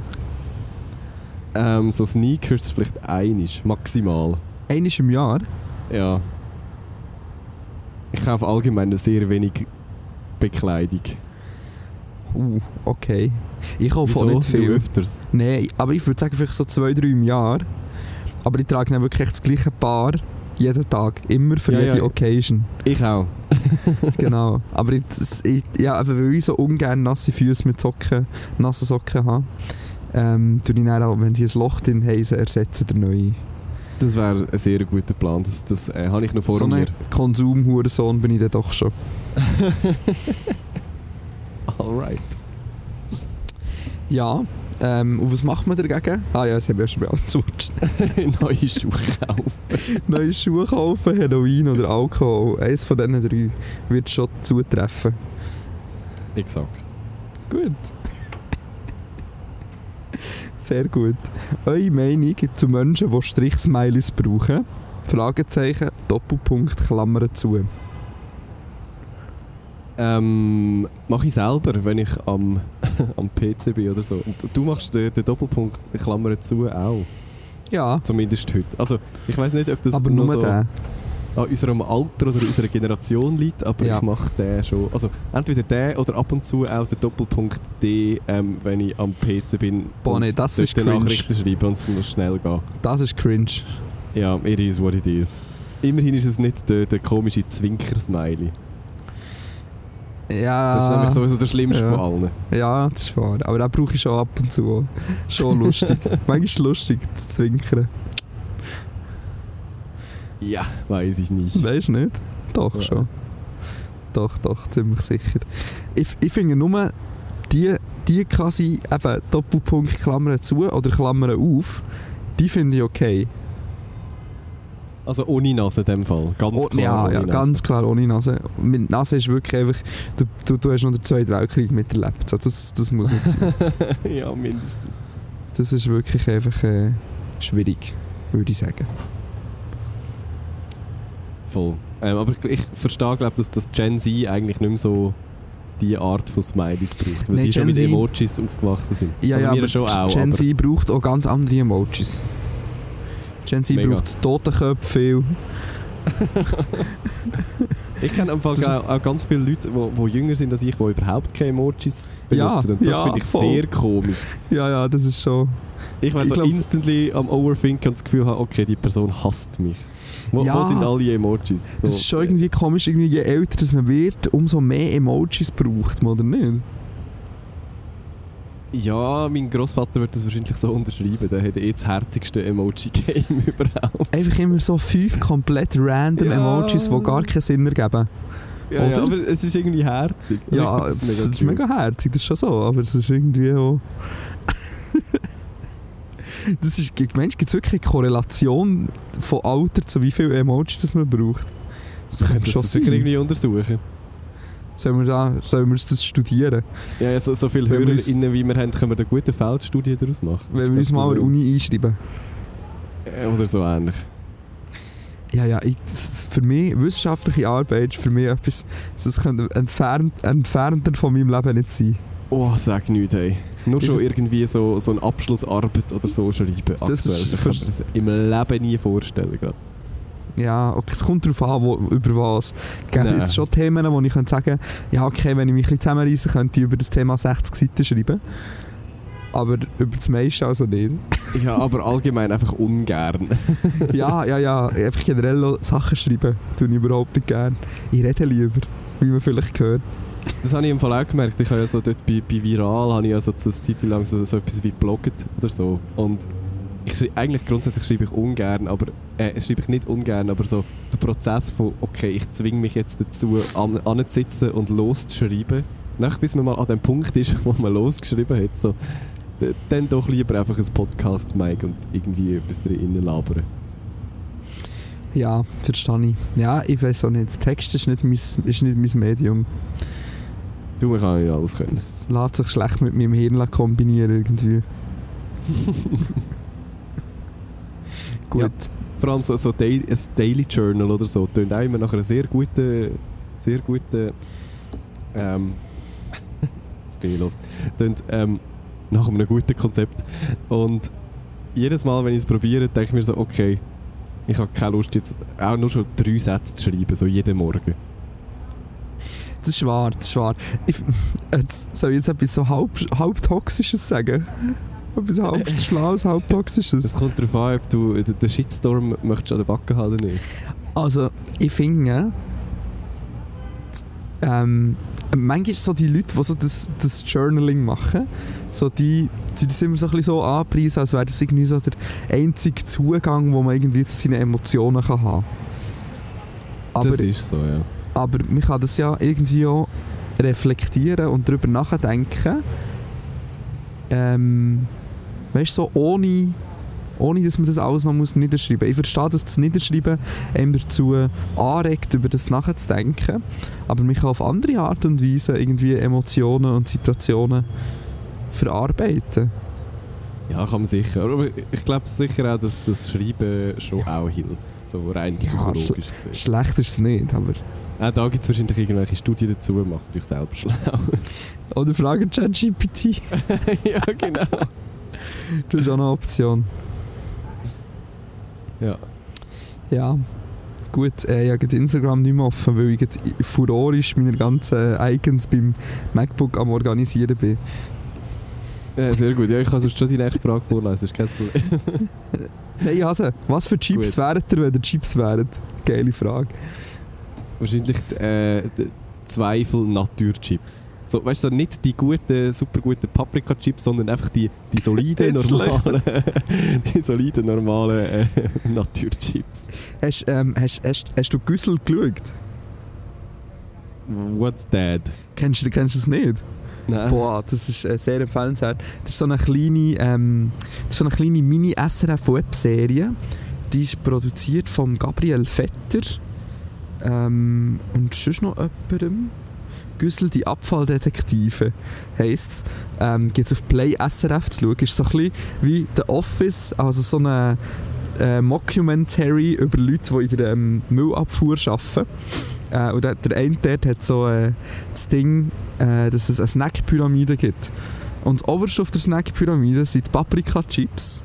Ähm, so Sneakers vielleicht einisch, maximal. Einmal im Jahr? Ja. Ich kaufe allgemein sehr wenig Bekleidung. Uh, okay. Ich kaufe auch Wieso? Oh, nicht Du viel. öfters. Nein, aber ich würde sagen, vielleicht so zwei, drei im Jahr. Aber ich trage dann wirklich das gleiche Paar jeden Tag. Immer für Ja, jede ja. Occasion. Ich auch. genau. Aber ich, das- ich, ja, eben weil ich so ungern nasse Füße mit Socken, nassen Socken habe, ähm, tue ich dann auch, wenn sie ein Loch drin haben, sie ersetzen der neue. Das wäre ein sehr guter Plan. Das, das äh, habe ich noch vor so mir. ein Konsumhurensohn bin ich dann doch schon. Alright. Ja. Ähm, und was macht man dagegen? Ah ja, das habe ich ja schon beantwortet. Neue Schuhe kaufen. Neue Schuhe kaufen, Heroin oder Alkohol. Eines von diesen drei wird schon zutreffen. Exakt. Gut. Sehr gut. Eure Meinung zu Menschen, die Strichsmileys brauchen? Fragezeichen, Doppelpunkt, Klammern zu. Ähm, mache ich selber, wenn ich am, am PC bin oder so. Und du machst den, den Doppelpunkt, Klammern zu, auch. Ja, Zumindest heute. Also, ich weiß nicht, ob das aber nur so den. an unserem Alter oder unserer Generation liegt, aber Ja. ich mache den schon. Also, entweder den oder ab und zu auch den Doppelpunkt D, ähm, wenn ich am PC bin. Boah, und nee, das dort ist die cringe. Nachrichten schreibe und es muss schnell gehen. Das ist cringe. Ja, it is what it is. Immerhin ist es nicht der, der komische Zwinker-Smiley. Ja, Das ist nämlich sowieso der schlimmste Ah. Ja. von allen. ja, das ist wahr. Aber den brauche ich schon ab und zu. Schon lustig. Manchmal ist es lustig zu zwinkern. Ja, weiß ich nicht. Weißt du nicht? Doch Ja. schon. Doch, doch, ziemlich sicher. Ich, ich finde nur, die, die kann sie eben Doppelpunkt Klammern zu oder Klammern auf, die finde ich okay. Also ohne Nase in dem Fall. Ganz Oh, klar. ja, ohne ja, Nase. ganz klar ohne Nase. Mit Nase ist wirklich einfach, du, du, du hast noch den Zweiten Weltkrieg miterlebt. So, das, das muss nicht sein. ja, mindestens. Das ist wirklich einfach äh, schwierig, würde ich sagen. Voll. Ähm, aber ich, ich verstehe, glaube dass das Gen Z eigentlich nicht mehr so die Art von Smileys braucht, weil Nein, die schon Gen mit Z- Emojis aufgewachsen sind. Ja, also ja, wir aber schon auch, Gen aber Z braucht auch ganz andere Emojis. Gen Z Mega. braucht Totenköpfe viel. ich kenne am Fall Das- auch, auch ganz viele Leute, die wo, wo jünger sind als ich, die überhaupt keine Emojis Ja, benutzen. Und das ja, finde ich voll. sehr komisch. Ja, ja, das ist schon... Ich wäre Ich so glaub- instantly am Overthinken und das Gefühl habe, okay, die Person hasst mich. Wo, Ja. wo sind alle Emojis? So, äh, Das ist schon irgendwie komisch, irgendwie je älter das man wird, umso mehr Emojis braucht man, oder nicht? Ja, mein Großvater wird das wahrscheinlich so unterschreiben. Der hat eh das herzigste Emoji-Game überhaupt. Einfach immer so fünf komplett random Ja. Emojis, die gar keinen Sinn ergeben. Ja, ja, Oder? aber es ist irgendwie herzig. Also ja, ich das find's ist, mega cute. herzig, das ist schon so, aber es ist irgendwie auch... Das ist, Mensch, gibt es wirklich eine Korrelation von Alter zu wie viel Emojis das man braucht? Das könnte Könntest du schon das sicher sein. irgendwie untersuchen. Sollen wir, da, sollen wir das studieren? Ja, ja so, so viele Wenn wir uns- HörerInnen, wie wir haben, können wir da gute Feldstudie daraus machen. Das Wenn wir ist uns mal an kein der Uni einschreiben. Problem. Äh, Oder so ähnlich. Ja, ja, ich, das, für mich, wissenschaftliche Arbeit ist für mich etwas, das könnte entfernt, entfernter von meinem Leben nicht sein. Oh, sag nichts, ey. Nur Ich- schon irgendwie so, so eine Abschlussarbeit oder so schreiben aktuell. ist- Also, ich kann mir das im Leben nie vorstellen. Grad. Ja, okay, es kommt darauf an, wo, über was. Es gibt Nein. jetzt schon Themen, wo ich könnte sagen ja, okay, wenn ich mich ein bisschen zusammenreisse, könnte ich über das Thema 60 Seiten schreiben. Aber über das meiste also nicht. Ja, aber allgemein einfach ungern. ja, ja, ja, einfach generell noch Sachen schreiben, tue ich überhaupt nicht gerne. Ich rede lieber, wie man vielleicht hört. Das habe ich im Fall auch gemerkt. Ich habe ja so dort bei, bei Viral habe ich ja so eine Zeit lang so, so etwas wie blogget oder so. Und ich schrei, eigentlich grundsätzlich schreibe ich ungern, aber äh, schreibe ich nicht ungern, aber so der Prozess von okay, ich zwinge mich jetzt dazu, an, anzusitzen und loszuschreiben. Nach bis man mal an dem Punkt ist, wo man losgeschrieben hat, so, d- dann doch lieber einfach ein Podcast mic und irgendwie etwas drin labern. Ja, verstehe ich. Ja, ich weiß auch nicht. Text ist nicht mein, ist nicht mein Medium. Du, man kann nicht alles können. Das lässt sich schlecht mit meinem Hirn kombinieren irgendwie. Gut. Ja. Vor allem so, so Daily, ein Daily Journal oder so tönt auch immer nach einer sehr guten, sehr guten, ähm, jetzt bin ich los, tönt ähm, nach einem guten Konzept. Und jedes Mal, wenn ich es probiere, denke ich mir so, okay, ich habe keine Lust jetzt auch nur schon drei Sätze zu schreiben, so jeden Morgen. Das ist wahr, das ist wahr. Ich, jetzt, soll ich jetzt etwas so halb, halb Toxisches sagen? etwas halb Schlaues, halb Toxisches? Es kommt darauf an, ob du den den Shitstorm möchtest an der Backe haben oder nicht. Also, ich finde, ähm, manchmal so die Leute, die so das, das Journaling machen, so die, die das immer so ein bisschen so anpreisen, als wäre das irgendwie so der einzige Zugang, wo man irgendwie zu seinen Emotionen kann haben kann. das ist so, ja. Aber man kann das ja irgendwie auch reflektieren und darüber nachdenken. Ähm, weißt du, so ohne, ohne dass man das alles noch muss niederschreiben muss. Ich verstehe, dass das Niederschreiben einem dazu anregt, über das nachzudenken. Aber man kann auf andere Art und Weise irgendwie Emotionen und Situationen verarbeiten. Ja, kann man sicher. Aber ich glaube sicher auch, dass das Schreiben schon auch hilft, so rein psychologisch gesehen. Schlecht ist es nicht, aber... Auch da gibt es wahrscheinlich irgendwelche Studien dazu, macht euch selber schlau. Oder fragen ChatGPT. ja, genau. Das ist auch eine Option. Ja. Ja, gut. Äh, ich habe gerade Instagram nicht mehr offen, weil ich gerade furorisch meine ganzen Icons beim MacBook am Organisieren bin. ja, Äh, sehr gut. Ja, ich kann sonst schon die nächste Frage vorlesen, ist kein Problem. Hey Hase, was für Chips Gut. wäret ihr, wenn ihr Chips wäret? Geile Frage. Wahrscheinlich die, äh, die Zweifel Naturchips. So, weißt du, so nicht die guten, super guten Paprika-Chips, sondern einfach die, die soliden, Jetzt normalen, die soliden, normalen äh, Naturchips. Hast, ähm, hast, hast, hast du Güssel geschaut? What's that? Kennst du kennst du das nicht? Nein. Boah, das ist äh, sehr empfehlenswert. Das ist so eine kleine, ähm, das ist so eine kleine Mini-SRF-Webserie. Die ist produziert von Gabriel Vetter ähm, und sonst noch jemandem. Güssel, die Abfalldetektive heisst es. Ähm, Gibt es auf Play SRF zu schauen. Ist so ein bisschen wie The Office, also so eine äh, Mockumentary über Leute, die in der ähm, Müllabfuhr arbeiten. Äh, und der, der eine dort hat so äh, das Ding, äh, dass es eine Snackpyramide gibt. Und oberst auf der Snackpyramide sind die Paprika-Chips.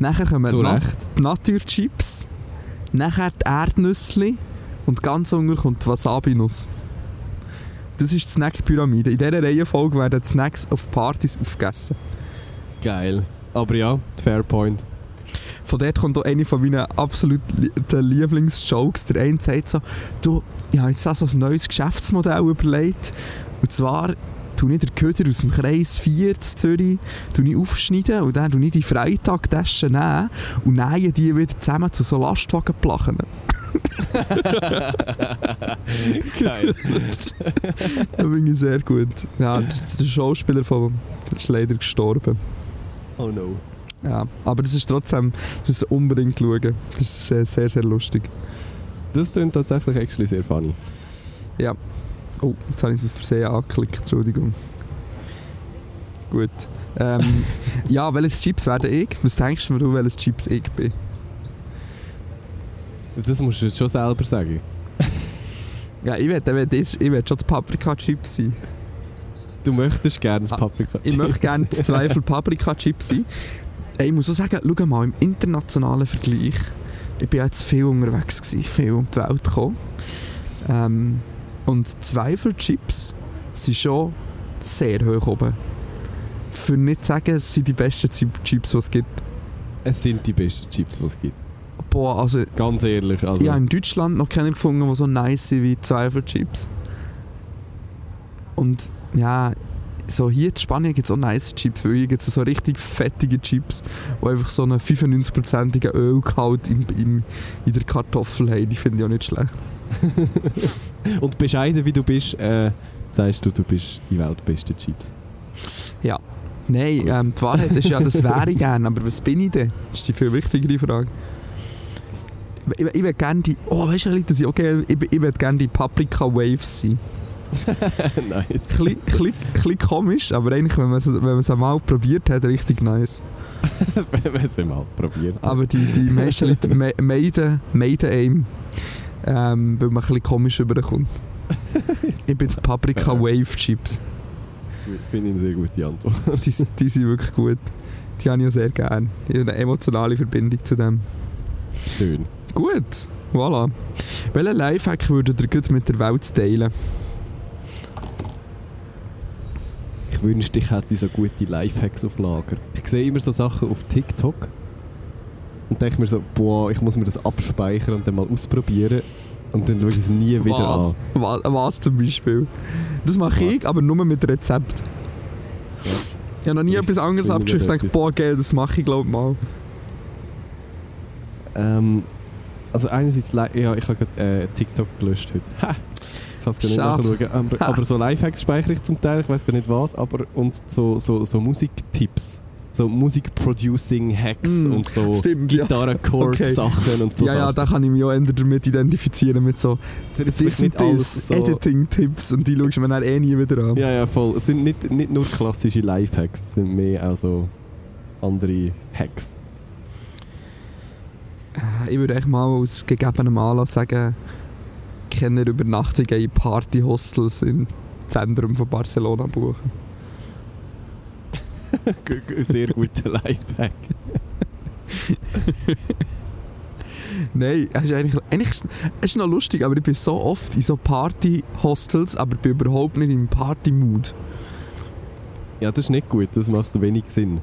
Nachher kommen So die Nat- recht. die Naturchips, nachher die Erdnüsse und ganz unten kommt die Wasabi-Nuss. Das ist die Snackpyramide. In dieser Reihenfolge werden die Snacks auf Partys aufgegessen. Geil. Aber ja, fair point. Von dort kommt auch eine von meinen absoluten Lieblingsjokes. Der eine sagt so, du, ich habe jetzt auch so ein neues Geschäftsmodell überlegt. Und zwar tue ich den Köder aus dem Kreis 4 in Zürich tue ich aufschneiden und dann tue ich die Freitagtaschen nehmen und nähe die wieder zusammen zu so Lastwagenplachen. Geil. Das finde ich sehr gut. Ja, d- der Schauspieler von ist leider gestorben. Oh no. Ja, aber das ist trotzdem, das ist unbedingt schauen. Das ist äh, sehr, sehr lustig. Das klingt tatsächlich actually sehr funny. Oh, jetzt habe ich es aus Versehen angeklickt, Entschuldigung. Gut. Ähm, ja, welches Chips werde ich? Was denkst du, warum welches Chips ich bin? Das musst du jetzt schon selber sagen. Ja, ich werde werd, ich werd schon das Paprika-Chips sein. Du möchtest gerne Ah, das Paprika. Ich möchte gerne die Zweifel Paprika-Chips sein. Ey, ich muss auch sagen, schau mal, im internationalen Vergleich, ich bin ja jetzt viel unterwegs, gewesen, viel um die Welt gekommen. Ähm, und Zweifel-Chips sind schon sehr hoch oben. Für nicht zu sagen, es sind die besten Zi- Chips, die es gibt. Es sind die besten Chips, die es gibt. Boah, also, Ganz ehrlich. Also, ich habe in Deutschland noch keine gefunden, die so nice sind wie Zweifel-Chips. Und ja, so hier in Spanien gibt es auch nice Chips, weil hier gibt es so richtig fettige Chips, die einfach so einen 95%igen Ölgehalt im, im, in der Kartoffel haben. Die finde ich auch nicht schlecht. Und bescheiden wie du bist, äh, sagst du, du bist die weltbeste Chips. Nein, Gut. ähm, die Wahrheit ist ja, das wäre ich gerne, aber was bin ich denn? Das ist die viel wichtigere Frage. Ich, ich würde gerne die... Oh, weißt du, Leute, das ist okay. Ich, ich würde gerne die Paprika Waves sein. nice. Kli, kli, kli komisch, aber eigentlich, wenn man es wenn man's einmal probiert hat, richtig nice. Wenn man es mal probiert. Aber die, die meisten Leute me meiden, meiden einem, ähm, weil man ein bisschen komisch überkommt. Ich bin der Paprika Wave Chips. Gut, Finde ich eine sehr gute Antwort. Die, die sind wirklich gut. Die habe ich ja sehr gerne. Ich habe eine emotionale Verbindung zu dem. Schön. Gut, voilà. Welchen Lifehack würdet ihr gut mit der Welt teilen? Ich wünschte, ich hätte so gute Lifehacks auf Lager. Ich sehe immer so Sachen auf TikTok und denke mir so, boah, ich muss mir das abspeichern und dann mal ausprobieren. Und dann schaue ich es nie wieder was? an. Was, was zum Beispiel? Das mache ich, aber nur mit Rezept. Ich habe noch nie Ich etwas anderes bin abgeschickt. Ich wieder denke, etwas- boah, geil, das mache ich, glaube ich, mal. Ähm, also einerseits, li- ja, ich habe gerade äh, TikTok gelöscht heute. Ha! Ich kann es gar nicht Schade. nachschauen. Aber, Ha. aber so Lifehacks speichere ich zum Teil, ich weiß gar nicht was, aber und so, so, so Musiktipps. So Musik-Producing-Hacks Mm, und so Stimmt, ja. Gitarren-Chord-Sachen und so ja, ja, Sachen. da kann ich mich auch eher damit identifizieren, mit so Das sind jetzt das und vielleicht nicht alles das, so... Editing-Tipps und die schaust du mir dann eh nie wieder an. Ja, ja, voll. Es sind nicht, nicht nur klassische Lifehacks, es sind mehr auch so andere Hacks. Ich würde echt mal aus gegebenem Anlass sagen, keine Übernachtungen in Partyhostels im Zentrum von Barcelona buchen. G- g- Sehr guter Lifehack. Nein, es ist eigentlich, eigentlich ist- es ist noch lustig, aber ich bin so oft in so Partyhostels, aber bin überhaupt nicht im Party-Mood. Ja, das ist nicht gut, das macht wenig Sinn.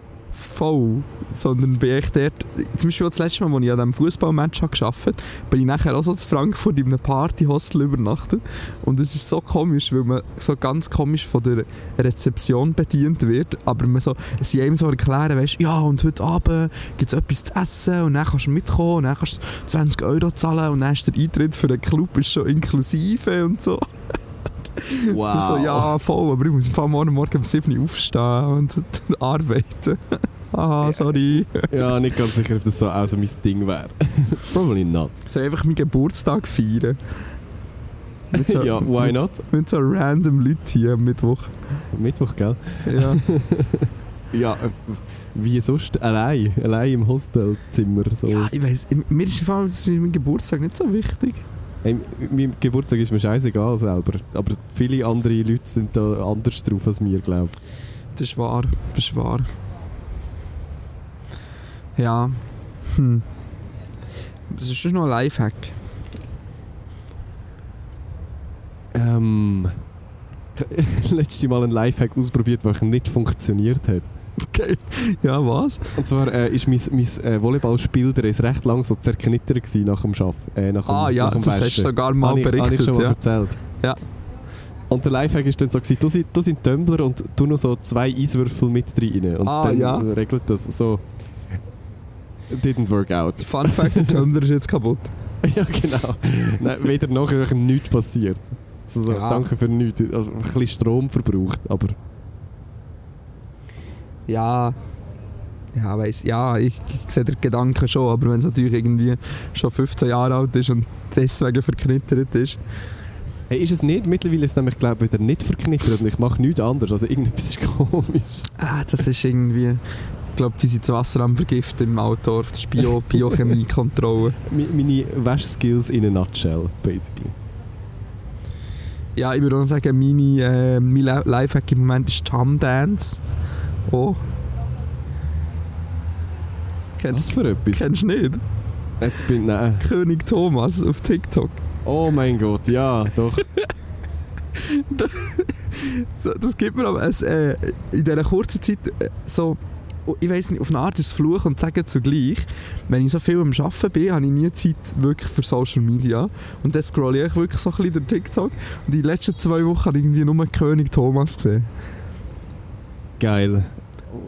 voll, sondern bin ich dort, zum Beispiel auch das letzte Mal, als ich an diesem Fußballmatch gearbeitet habe, bin ich nachher auch so in Frankfurt in einem Partyhostel übernachtet und es ist so komisch, weil man so ganz komisch von der Rezeption bedient wird, aber man so, sie einem so erklären, weißt, ja und heute Abend gibt es etwas zu essen und dann kannst du mitkommen und dann kannst du 20 Euro zahlen und dann ist der Eintritt für den Club ist schon inklusive und so. Wow. Ich so, ja, voll, aber ich muss im Fall morgen, morgen um 7 Uhr aufstehen und arbeiten. ah, sorry. Ja, nicht ganz sicher, ob das so auch so mein Ding wäre. Probably not. Soll ich einfach meinen Geburtstag feiern? Mit so- Ja, why mit, not? Mit so random Leuten hier am Mittwoch. Mittwoch, gell? Ja. Ja, äh, wie sonst? Allein. Allein im Hostelzimmer. So. ja, ich weiss, mir ist im Fall das ist mein Geburtstag nicht so wichtig. Hey, m- mein Geburtstag ist mir scheißegal selber. Aber viele andere Leute sind da anders drauf als mir, glaube ich. Das ist wahr, das ist wahr. Ja. Hm. Das ist schon noch ein Lifehack. Ähm. Letztes Mal einen Lifehack ausprobiert, der nicht funktioniert hat. Okay. Ja, was? Und zwar war äh, ist mein, mein äh, Volleyballspiel der ist recht lang so zerknittert gewesen nach dem Schaffen. Äh, nach dem, Ah ja, nach dem das hast du Waschen. sogar mal Habe ich- habe ich berichtet. schon mal ja. erzählt. Ja. Und der Lifehack war dann so, gewesen, du sind, du sind Tumbler und du noch so zwei Eiswürfel mit rein. Und Ah, dann ja. regelt das so. Didn't work out. Fun Fact, der Tumblr ist jetzt kaputt. ja, genau. Nein, weder nachher nachher nichts passiert. Also, so, Ja. Danke für nichts. Also ein bisschen Strom verbraucht, aber Ja. Ja, weiss, ja ich, ich sehe den Gedanken schon, aber wenn es natürlich irgendwie schon 15 Jahre alt ist und deswegen verknittert ist, Hey, ist es nicht? Mittlerweile ist es nämlich, glaube ich, wieder nicht verknittert und ich mache nichts anderes. Also irgendetwas ist komisch. ah, das ist irgendwie... Ich glaube, die sind das Wasser am Vergiften im Autor, das ist Bio Biochemie-Kontrolle. Mi- Meine Waschskills in a nutshell, basically. Ja, ich würde auch noch sagen, meine, äh, mein Le- Lifehack im Moment ist Chum-Dance. Oh. Was Kennst für etwas? kennst du nicht? Jetzt bin nein. König Thomas auf TikTok. Oh mein Gott, ja, doch. So, Das gibt mir aber es, äh, in dieser kurzen Zeit äh, so, ich weiß nicht, auf eine Art ist es Fluch und Sagen zugleich. Wenn ich so viel am Arbeiten bin, habe ich nie Zeit wirklich für Social Media. Und dann scrolle ich wirklich so ein bisschen durch TikTok. Und in den letzten zwei Wochen habe ich irgendwie nur König Thomas gesehen. Geil.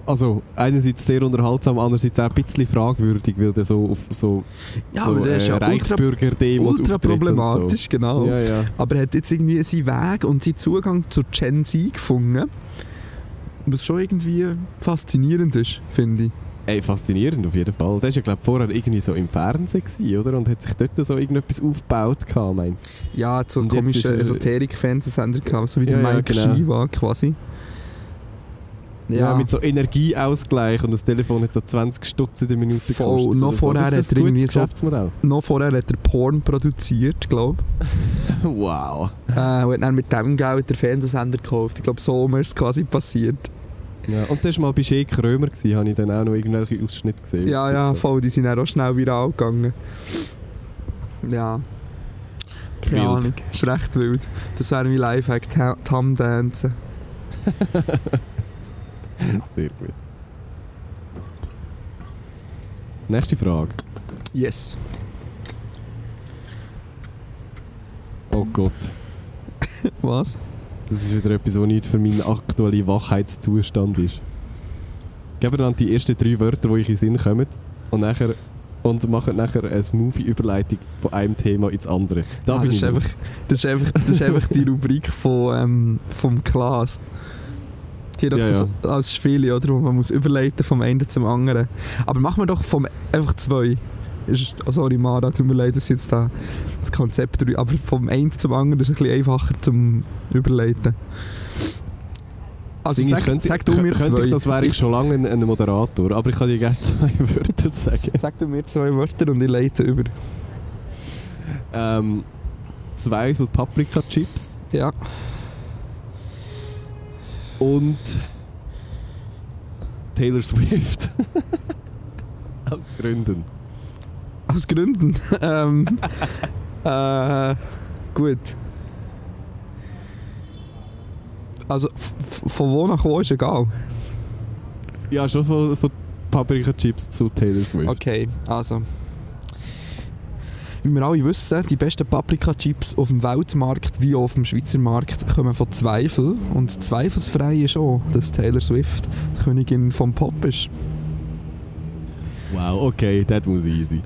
Also, einerseits sehr unterhaltsam, andererseits auch ein bisschen fragwürdig, weil der so auf so, so äh, aber der ist ja ultra- Reichsbürger-Demos Ultra auftritt und problematisch, genau. So. Ja, ja. Aber er hat jetzt irgendwie seinen Weg und seinen Zugang zur Gen Z gefunden. Was schon irgendwie faszinierend ist, finde ich. Ey, faszinierend auf jeden Fall. Der ist ja, glaube ich, vorher irgendwie so im Fernsehen gewesen, oder? Und hat sich dort so irgendetwas aufgebaut, gehabt, mein. Ja, so einen Und jetzt ist komischen er- Esoterik-Fernsehsender gehabt, so wie der Ja, ja, Mike genau. Shiva quasi. Ja. mit so Energieausgleich und das Telefon hat so 20 Stutz in der Minute Voll. gekostet. Noch oder so. vorher das ist hat ein er gutes irgendwie so- Geschäftsmodell. noch vorher hat er Porn produziert, glaube Wow. ich. Äh, und hat dann mit dem Geld den Fernsehsender gekauft. Ich glaube, so um ist es quasi passiert. Ja. Und das war mal bei Shea Krömer, gewesen, habe ich dann auch noch irgendwelche Ausschnitte gesehen. auf Ja, ja, TikTok. voll. Die sind dann auch schnell viral gegangen. Ja. Keine Wild. Ahnung. Ist recht wild. Das wäre mein Lifehack, Ta- Tam-Dancen. Sehr gut. Nächste Frage. Yes. Oh Gott, Was? das ist wieder etwas, was nicht für meinen aktuellen Wachheitszustand ist. Geben dann die ersten drei Wörter, die ich in den Sinn kommen, und nachher und machen nachher eine Smoothie-Überleitung von einem Thema ins andere. Da Ah, bin das, ich ist einfach, raus. das, ist einfach, das ist einfach die Rubrik von, ähm, vom Klaas. Die hat doch Ja, das ja. als Spiel, oder? Wo man muss überleiten vom einen zum anderen. Aber machen wir doch vom einfach zwei. Ist, oh, sorry, Mara, tut mir leid, dass ich jetzt da das Konzept drü- Aber vom einen zum anderen ist es ein bisschen einfacher zum Überleiten. Also Ding ist, sag, könnte- sag du mir könnte zwei. ich, das wäre ich schon lange ein, ein Moderator, aber ich kann dir gerne zwei Wörter sagen. Sag du mir zwei Wörter und ich leite über. Ähm, Zweifel Paprika-Chips Ja. und Taylor Swift. Aus Gründen. Aus Gründen. ähm, äh, gut. Also f- f- von wo nach wo ist egal. Ja, schon von, von Paprika Chips zu Taylor Swift. Okay, also. Wie wir alle wissen, die besten Paprika-Chips auf dem Weltmarkt wie auch auf dem Schweizer Markt kommen von Zweifel. Und zweifelsfrei ist auch, dass Taylor Swift die Königin vom Pop ist. Wow, okay, that was easy.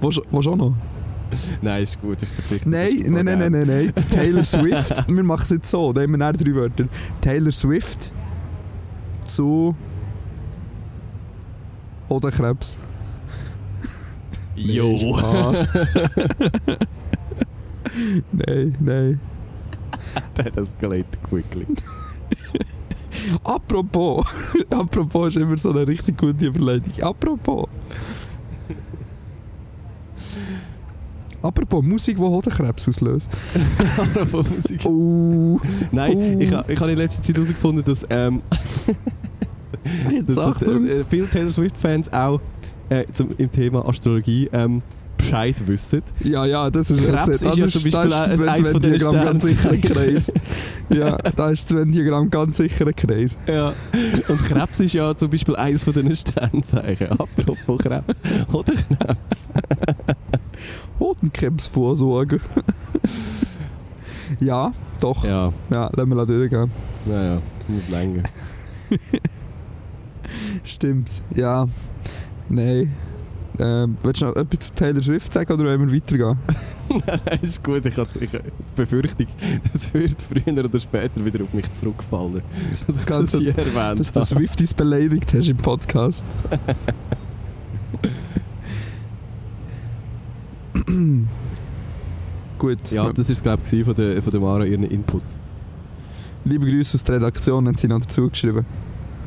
Wo auch noch? nein, ist gut, ich verzichte. Nein, nein, nein, nein, nein, nein. Taylor Swift, wir machen es jetzt so, da haben wir näher drei Wörter. Taylor Swift zu Hodenkrebs. Yo. Nein, Spaß. nein, nein. that escalated quickly. Apropos, apropos ist immer so eine richtig gute Überleitung. Apropos. Apropos Musik, die Hodenkrebs auslöst. Von Musik. Oh, Nein, Oh. ich, ha- ich habe in letzter Zeit herausgefunden, dass, ähm, dass, jetzt dass Achtung. äh, viele Taylor Swift-Fans auch äh, zum, im Thema Astrologie ähm, Bescheid wissen. Ja, ja, das also ist Krebs das ist ja zum Beispiel das ein- das eins von den Venn-Diagramm ganz sicher ein Sternzeichen. Kreis. ja, da ist das Venn-Diagramm ganz sicher ein Kreis. Ja. Und Krebs ist ja zum Beispiel eines von den Sternzeichen. Apropos Krebs. Oder Krebs. Hodenkrebsvorsorge. ja, doch. Ja, Ja, lassen wir durchgehen. naja, muss länger. Stimmt, ja. Nein. Ähm, willst du noch etwas zu Taylor Swift sagen oder wollen wir weitergehen? Nein, ist gut. Ich habe ich, hab die Befürchtung, das wird früher oder später wieder auf mich zurückfallen. Das Dass Ganze, ich erwähnt dass du habe. Swifties beleidigt hast im Podcast. Gut. Ja, das ist glaube ich von der, von der Mara ihren Inputs. Liebe Grüße aus der Redaktion, haben sie noch dazu geschrieben.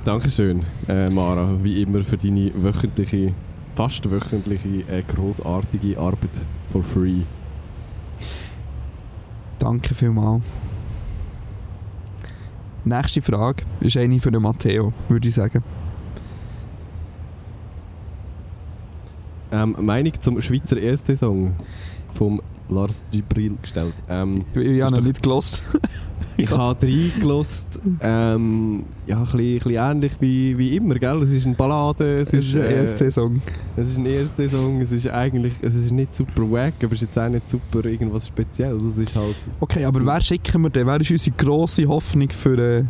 Dankeschön, äh, Mara, wie immer für deine wöchentliche, fast wöchentliche, äh, grossartige Arbeit for free. Danke vielmals. Nächste Frage ist eine für den Matteo, würde ich sagen. Ähm, Meinung zum Schweizer ESC-Song vom Lars Gibril gestellt. Ähm, Ich, ich Ist habe doch- ihn nicht gelost. ich habe reingelost, ähm, ja, ein bisschen, ein bisschen ähnlich wie, wie immer, gell? Es ist eine Ballade, es Es ist ein E äh, ESC-Song. Es ist ein ESC-Song, es ist eigentlich, es ist nicht super wack, aber es ist jetzt auch nicht super irgendwas Spezielles, es ist halt... Okay, aber wer schicken wir denn? Wer ist unsere grosse Hoffnung für äh,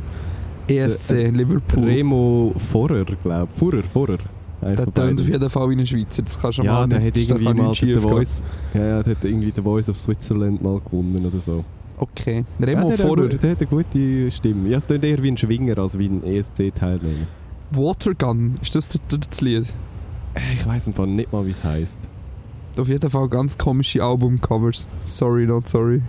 ESC Der, Liverpool? Remo Forer, glaube ich. Forer, Forer. Eins der von tönt beiden. auf jeden Fall wie ein Schweizer. Das kannst du Ja, mal der hat das kann irgendwie nicht mal schief den gehen. Voice... Ja, ja, der hat irgendwie den Voice of Switzerland mal gewonnen oder so. Okay. Remo ja, der, hat eine Vorer. gute- der hat eine gute Stimme. Ja, es tönt eher wie ein Schwinger als wie ein E ESC-Teilnehmer. Watergun, ist das das, das, das Lied? Äh, Ich weiß im Fall nicht mal, wie es heisst. Auf jeden Fall ganz komische Albumcovers. Sorry, not sorry.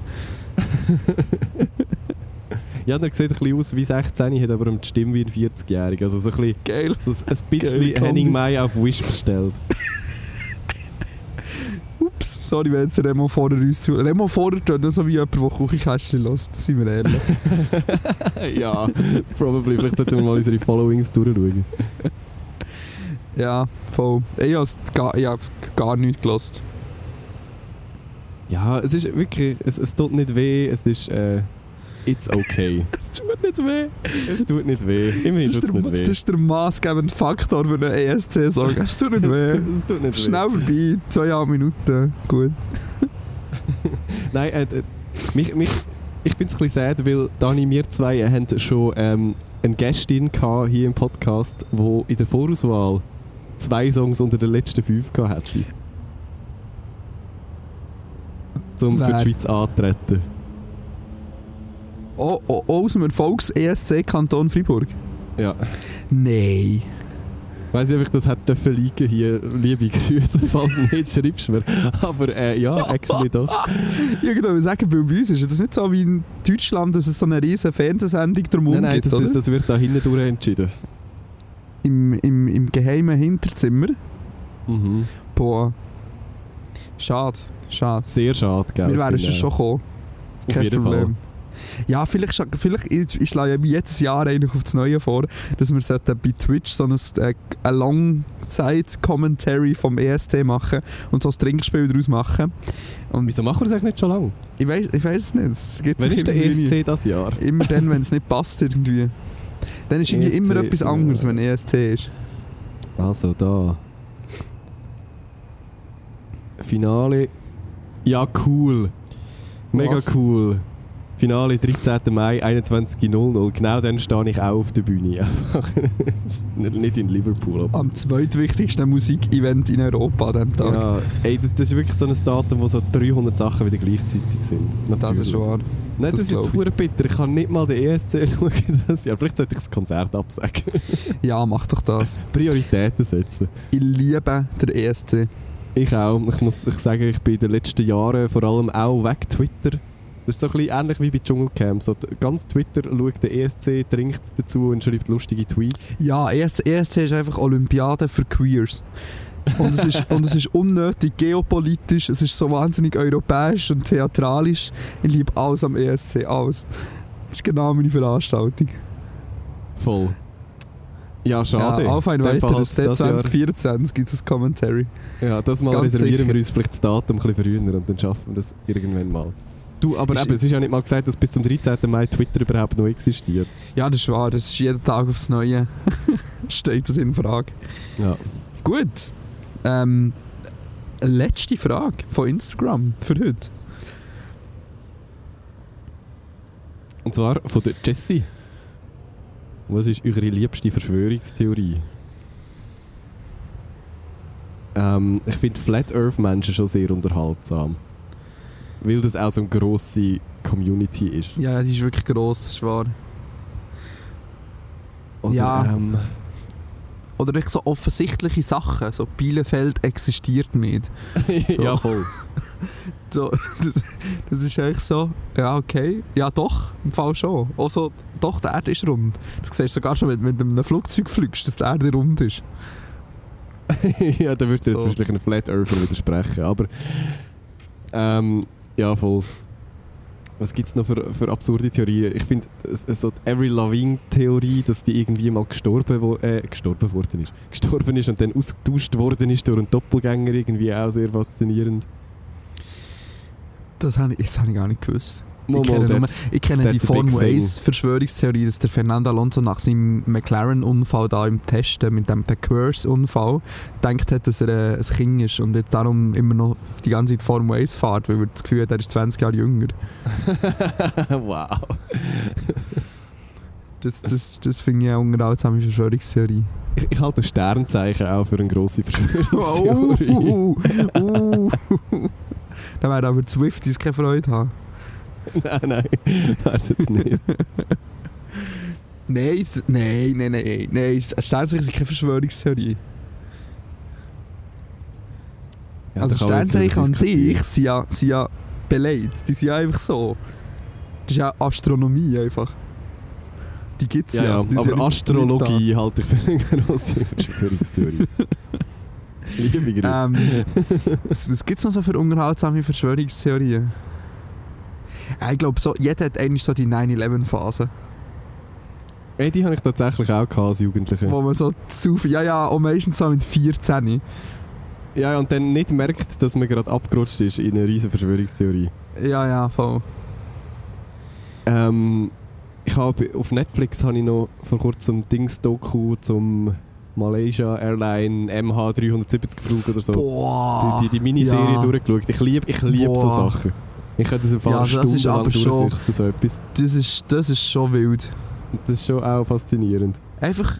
Ja, der sieht ein bisschen aus wie 16, hat aber die Stimme wie ein 40-Jähriger. Also so ein bisschen... Geil. So ein ein bisschen Geile Kombi. Henning May auf Wish bestellt. Ups, sorry, wenn jetzt Remo Vorer uns zu... Remo Vorer tönt nicht so wie jemand, der Kuchenkästchen lässt. Seien wir ehrlich. ja, probably. Vielleicht sollten wir mal unsere Followings durchschauen. ja, voll. Ich habe gar, ich hab gar nichts gelost. Ja, es ist wirklich, es, es tut nicht weh, es ist, äh, it's okay. Es tut nicht weh. es tut nicht weh, immerhin Das tut ist, der, es nicht das weh. ist der maßgebende Faktor für E einen ESC-Song. Es tut nicht Es weh. tut- Es tut nicht weh. Schnell vorbei, zweieinhalb Minuten. Gut. Nein, äh, äh, mich, mich, ich bin ein bisschen sad, weil Dani, wir zwei äh, haben schon ähm, eine Gästin gehabt hier im Podcast, die in der Vorauswahl zwei Songs unter den letzten fünf gehabt hätte. Zum für Wer? die Schweiz antreten. Oh, oh, oh, aus dem Erfolgs-ESC-Kanton Freiburg. Ja. Nein. Weiß nicht, ob ich das hätte dürfen liegen hier. Liebe Grüße, falls nicht, schreibst du mir. Aber äh, ja, actually doch. Irgendwann will sagen, weil bei uns ist das nicht so wie in Deutschland, dass es so eine riesen Fernsehsendung drum Nein, herum nein, gibt, das, oder? ist, das wird da hinten durch entschieden. Im, im, Im geheimen Hinterzimmer. Mhm. Boah. Schade, schade. Sehr schade, gell? Wir wären Ich finde, schon schon gekommen. Auf Kein jeden Problem. Ja, vielleicht, scha- vielleicht ich, ich schlage mir jedes Jahr eigentlich auf das Neue vor, dass wir sollten bei Twitch so ein äh, Alongside-Commentary vom ESC machen und so ein Trinkspiel daraus machen. Fall. Wieso machen wir das eigentlich nicht schon lange? Ich weiß ich weiß es nicht. Es gibt Wann sich ist der E irgendwie nie. ESC das Jahr? Immer dann, wenn es nicht passt irgendwie. Dann ist irgendwie ESC, immer etwas anderes, E ja. wenn ESC ist. Also, da. Finale. Ja, cool. Mega Was? cool. Finale 13. Mai 21.00. Genau dann stehe ich auch auf der Bühne. nicht nicht in Liverpool. aber- Am zweitwichtigsten Musikevent in Europa an diesem Tag. Ja, ey, das, das ist wirklich so ein Datum, wo so 300 Sachen wieder gleichzeitig sind. das Natürlich. ist wahr. Nein, das, das ist jetzt glaub hure bitter. Ich kann nicht mal den ESC schauen das Jahr. Vielleicht sollte ich das Konzert absagen. Ja, mach doch das. Prioritäten setzen. Ich liebe den E ESC. Ich auch. Ich muss ich sagen, ich bin in den letzten Jahren vor allem auch weg Twitter. Das ist so ein bisschen ähnlich wie bei Dschungelcamp. So, die- ganz Twitter schaut den ESC, trinkt dazu und schreibt lustige Tweets. Ja, E ESC, ESC ist einfach Olympiade für Queers. Und es, ist, und es ist unnötig geopolitisch, es ist so wahnsinnig europäisch und theatralisch. Ich liebe alles am ESC, alles. Das ist genau meine Veranstaltung. Voll. Ja, schade. Ja, auf ein In dem Fall weiteres, halt das Jahr. 2024 gibt es ein Commentary. Ja, das mal Ganz reservieren sicher. wir uns vielleicht das Datum ein bisschen früher und dann schaffen wir das irgendwann mal. Du, aber Ist- eben, es ist ja nicht mal gesagt, dass bis zum 13. Mai Twitter überhaupt noch existiert. Ja, das ist wahr, das ist jeden Tag aufs Neue. Steht das in Frage. Ja. Gut. Ähm, letzte Frage von Instagram für heute. Und zwar von der Jessie. Was ist eure liebste Verschwörungstheorie? Ähm, ich finde Flat Earth Menschen schon sehr unterhaltsam. Weil das auch so eine grosse Community ist. Ja, ja, die ist wirklich gross, das ist wahr. Oder, Ja. Ähm, Oder echt so offensichtliche Sachen, so Bielefeld existiert nicht. So. ja, voll. So, das, das ist echt so, ja okay, ja doch, im Fall schon. Also doch, die Erde ist rund. Das siehst du sogar schon, wenn du mit einem Flugzeug fliegst, dass die Erde rund ist. ja, da würde jetzt So. wahrscheinlich ein Flat Earther widersprechen, aber ähm, ja, voll. Was gibt es noch für, für absurde Theorien? Ich finde, es- es so die Avril Lavigne-Theorie, dass die irgendwie mal gestorben, wo, äh, gestorben worden ist. Gestorben ist und dann ausgetauscht worden ist durch einen Doppelgänger, irgendwie auch sehr faszinierend. Das habe ich, das hab ich gar nicht gewusst. Mal, ich mal, kenne, nur, that's- ich kenne that's die a big Formel thing. 1 Verschwörungstheorie, dass der Fernando Alonso nach seinem McLaren-Unfall da im Testen mit dem Curse-Unfall denkt hat, dass er äh, ein Kind ist und jetzt darum immer noch die ganze Zeit Formel 1 fährt, weil er das Gefühl hat, er ist 20 Jahre jünger. wow. Das, das, das finde ich eine unterhaltsame Verschwörungstheorie. Ich, ich halte das Sternzeichen auch für eine grosse Verschwörungstheorie. uh, uh, uh. Da werden aber die Swifties keine Freude haben. nein, nein, nein, das nicht. Nein, s- nein, nein, nein, nein. Sternzeichen sind keine Verschwörungstheorie. Ja, also da kann man jetzt Sternzeichen darüber an diskutieren. sich sind ja, sind ja beleidigt. Die sind ja einfach so. Das ist ja Astronomie einfach. Die gibt es ja. Ja, ja, Die sind aber nicht- nicht Astrologie halte ich für eine grosse Verschwörungstheorie. Liebe Grüße. da. Ähm, was was gibt es noch so für unterhaltsame Verschwörungstheorien? Ja, Ich glaube, so, jeder hat eigentlich so die 9-11-Phase. Ey, die habe ich tatsächlich auch gehabt als Jugendliche. Wo man so zu viel. Ja, ja, und meistens so mit 14. Ja, ja, und dann nicht merkt, dass man gerade abgerutscht ist in eine riesen Verschwörungstheorie. Ja, ja, voll. Ähm, ich habe auf Netflix habe ich noch vor kurzem Dings-Doku zum Malaysia Airline MH370-Flug oder so. Boah. Die, die, die Miniserie ja. durchgeschaut. Ich liebe ich lieb so Boah. Sachen. Ich könnte das einfach Ja, ja, also das ist stundenlang aber schon- durchsichten, so etwas. Das, ist, das ist schon wild. Und Das ist schon auch faszinierend. Einfach.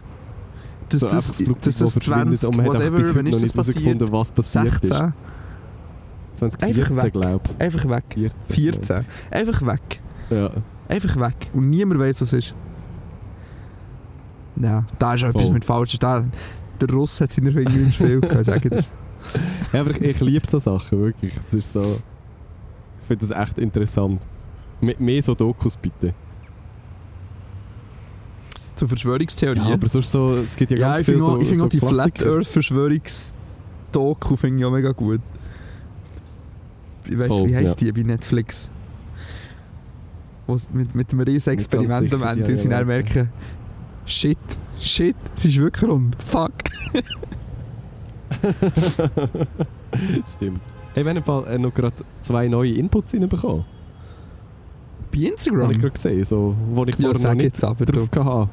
Dass so das, einfach dass Flugzeug, das das verschwindet 20, und man hat einfach bis whatever, heute wenn noch ist das nicht passiert? herausgefunden, was passiert 16? ist. Einfach 2014, weg. glaube ich. Einfach weg. 14. 14. Einfach weg. Ja. Einfach weg. Und niemand weiß, was es ist. Ja, da ist etwas Voll. mit falsch. Da, der Russ hat seine Finger im Spiel gehabt, sag ich dir. ja, aber ich, ich liebe so Sachen, wirklich. Es ist so... Ich finde das echt interessant. Me- mehr so Dokus, bitte. Zu Verschwörungstheorien. Ja, aber sonst so... Es gibt ja, Ja, ganz ich viel finde auch, so, ich find so auch die Flat Klassiker. Earth Verschwörungsdoku finde ich auch mega gut. Ich weiss, Voll, wie heisst ja. die bei Netflix? Wo's mit, mit einem riesen Nicht ganz Experiment am sicher, Ende, ja, weil sie ja, dann ja. merken, shit, shit, es ist wirklich rund, fuck. Stimmt. Hey, wir haben im Fall äh, noch gerade zwei neue Inputs reinbekommen. Bei Instagram? Habe ich gerade gesehen, so, wo ich ja, vorher noch sag nicht jetzt aber, du. drauf hatte.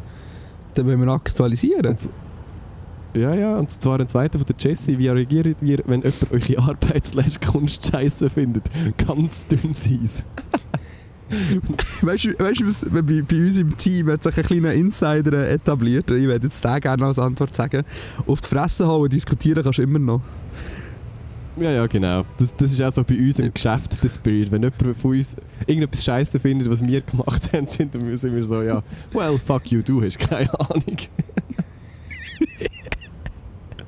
Dann wollen wir aktualisieren. Und- Ja, ja, und zwar ein zweiter von der Jessie. Wie reagiert ihr, wenn jemand eure Arbeit slash Kunst scheiße findet? Ganz dünn Eis. Weißt du, weißt du was, bei, bei uns im Team hat sich ein kleiner Insider äh, etabliert, ich würde jetzt den gerne als Antwort sagen, auf die Fresse hauen, diskutieren kannst du immer noch. Ja, ja, genau. Das, das ist auch so bei uns im Geschäft der Spirit. Wenn jemand von uns irgendetwas scheiße findet, was wir gemacht haben, sind, dann sind wir so, ja, well, fuck you, du hast keine Ahnung.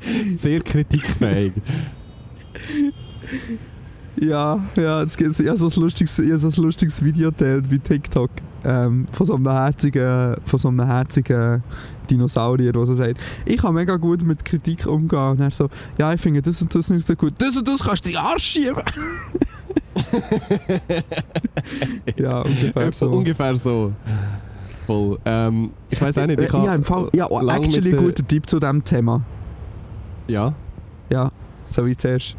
Sehr kritikfähig. Ja, ja, es gibt, ich habe so ein lustiges, ich habe so ein lustiges Video geteilt bei TikTok ähm, von, so einem herzigen, von so einem herzigen Dinosaurier, der so sagt, ich kann mega gut mit Kritik umgehen. Und er so, ja, ich finde das und das nicht so gut. Das und das kannst du in den Arsch schieben. ja, ungefähr Etwa so. Äh, Ungefähr so. Voll. Ähm, ich weiß auch nicht, Äh, ich habe... ja, im Fall, ja, oh, lang mit actually der- guter Tipp zu diesem Thema. Ja, Ja, so wie zuerst.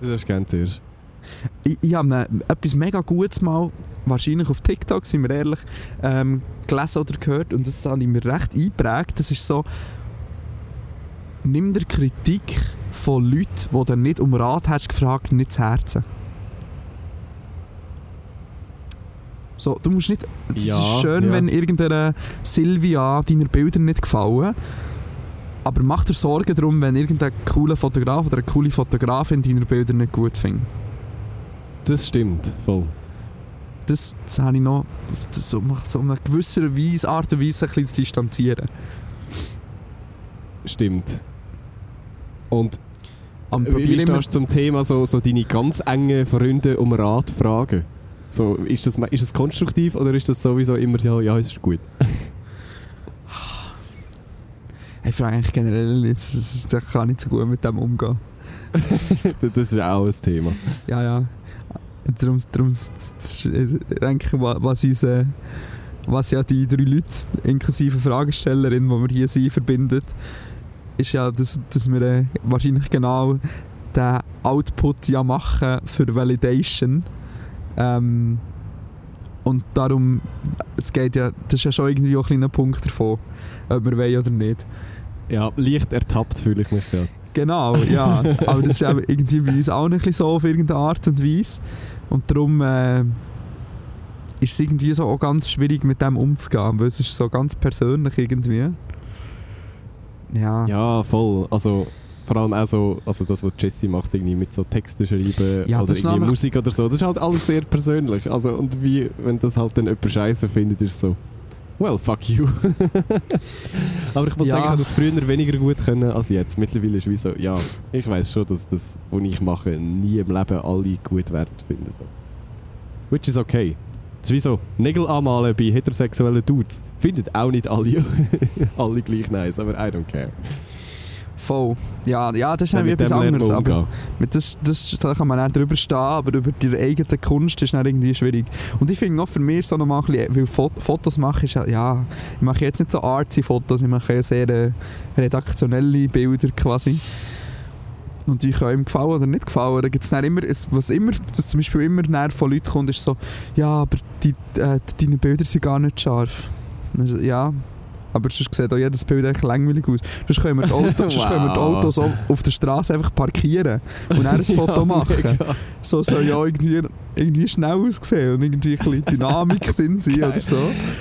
das hast du gerne zuerst. Ich, ich habe ne- etwas mega Gutes mal, wahrscheinlich auf TikTok, sind wir ehrlich, ähm, gelesen oder gehört und das habe ich mir recht eingeprägt. Das ist so, nimm dir Kritik von Leuten, die du nicht um Rat hast gefragt, nicht zu Herzen. So, du musst nicht, es Ja, ist schön, ja. wenn irgendeiner Silvia deiner Bilder nicht gefallen Aber mach dir Sorgen darum, wenn irgendein cooler Fotograf oder eine coole Fotografin deine Bilder nicht gut findet. Das stimmt, voll. Das, das habe ich noch das, das, so, so eine gewisse Weise, Art und Weise ein bisschen zu distanzieren. Stimmt. Und Und wie, probier wie immer- stehst du zum Thema so, so deine ganz engen Freunde um Rat fragen? So, ist, das, ist das konstruktiv oder ist das sowieso immer, ja, ja ist gut? Ich frage eigentlich generell nicht, das- das- das kann nicht so gut mit dem umgehen. das ist auch ein Thema. Ja, ja. Darum, darum s- s- s- denke ich, wa- was, uns, äh, was ja die drei Leute, inklusive Fragestellerin, die wir hier sind, verbindet, ist ja, dass, dass wir äh, wahrscheinlich genau den Output ja machen für Validation. Ähm, und darum, es geht ja, das ist ja schon irgendwie auch ein kleiner Punkt davon, ob wir wollen oder nicht. Ja, leicht ertappt fühle ich mich gerade. Genau, ja. Aber das ist eben irgendwie bei uns auch ein bisschen so auf irgendeine Art und Weise. Und darum äh, ist es irgendwie so auch ganz schwierig, mit dem umzugehen, weil es ist so ganz persönlich irgendwie. Ja. Ja, voll. Also vor allem auch so, also das, was Jesse macht, irgendwie mit so Texten schreiben Ja, oder das ist irgendwie nämlich- Musik oder so. Das ist halt alles sehr persönlich. Also und wie, wenn das halt dann jemand scheiße findet, ist so, well, fuck you. Aber ich muss Ja. sagen, ich habe das früher weniger gut können als jetzt. Mittlerweile ist es wie so, ja, ich weiß schon, dass das, was ich mache, nie im Leben alle gut wert finden. So. Which is okay. Das ist wie so, Nägel anmalen bei heterosexuellen Dudes findet auch nicht alle, alle gleich nice, aber I don't care. Voll. Ja, ja das ist Ja, irgendwie mit etwas dem lernt man anderes. Aber umgehen. mit das, das, da kann man auch drüber stehen, aber über die eigene Kunst ist dann irgendwie schwierig. Und ich finde auch für mich so nochmal ein bisschen, weil Fo Fotos machen ist ja, ja, ich mache jetzt nicht so artsy Fotos, ich mache ja sehr äh, redaktionelle Bilder quasi. Und die können ihm gefallen oder nicht gefallen. Da gibt's dann immer, es- was immer, was zum Beispiel immer dann von Leuten kommt, ist so, ja, aber die, äh, deine Bilder sind gar nicht scharf. Und dann so, Ja, aber sonst sieht auch jedes Bild echt langweilig aus. Sonst können wir die, Auto, sonst können wir die Wow. Autos auf auf der Straße einfach parkieren und dann ein Foto oh machen. mega. So soll ja irgendwie, irgendwie schnell aussehen und irgendwie ein bisschen Dynamik drin sein Geil. oder so.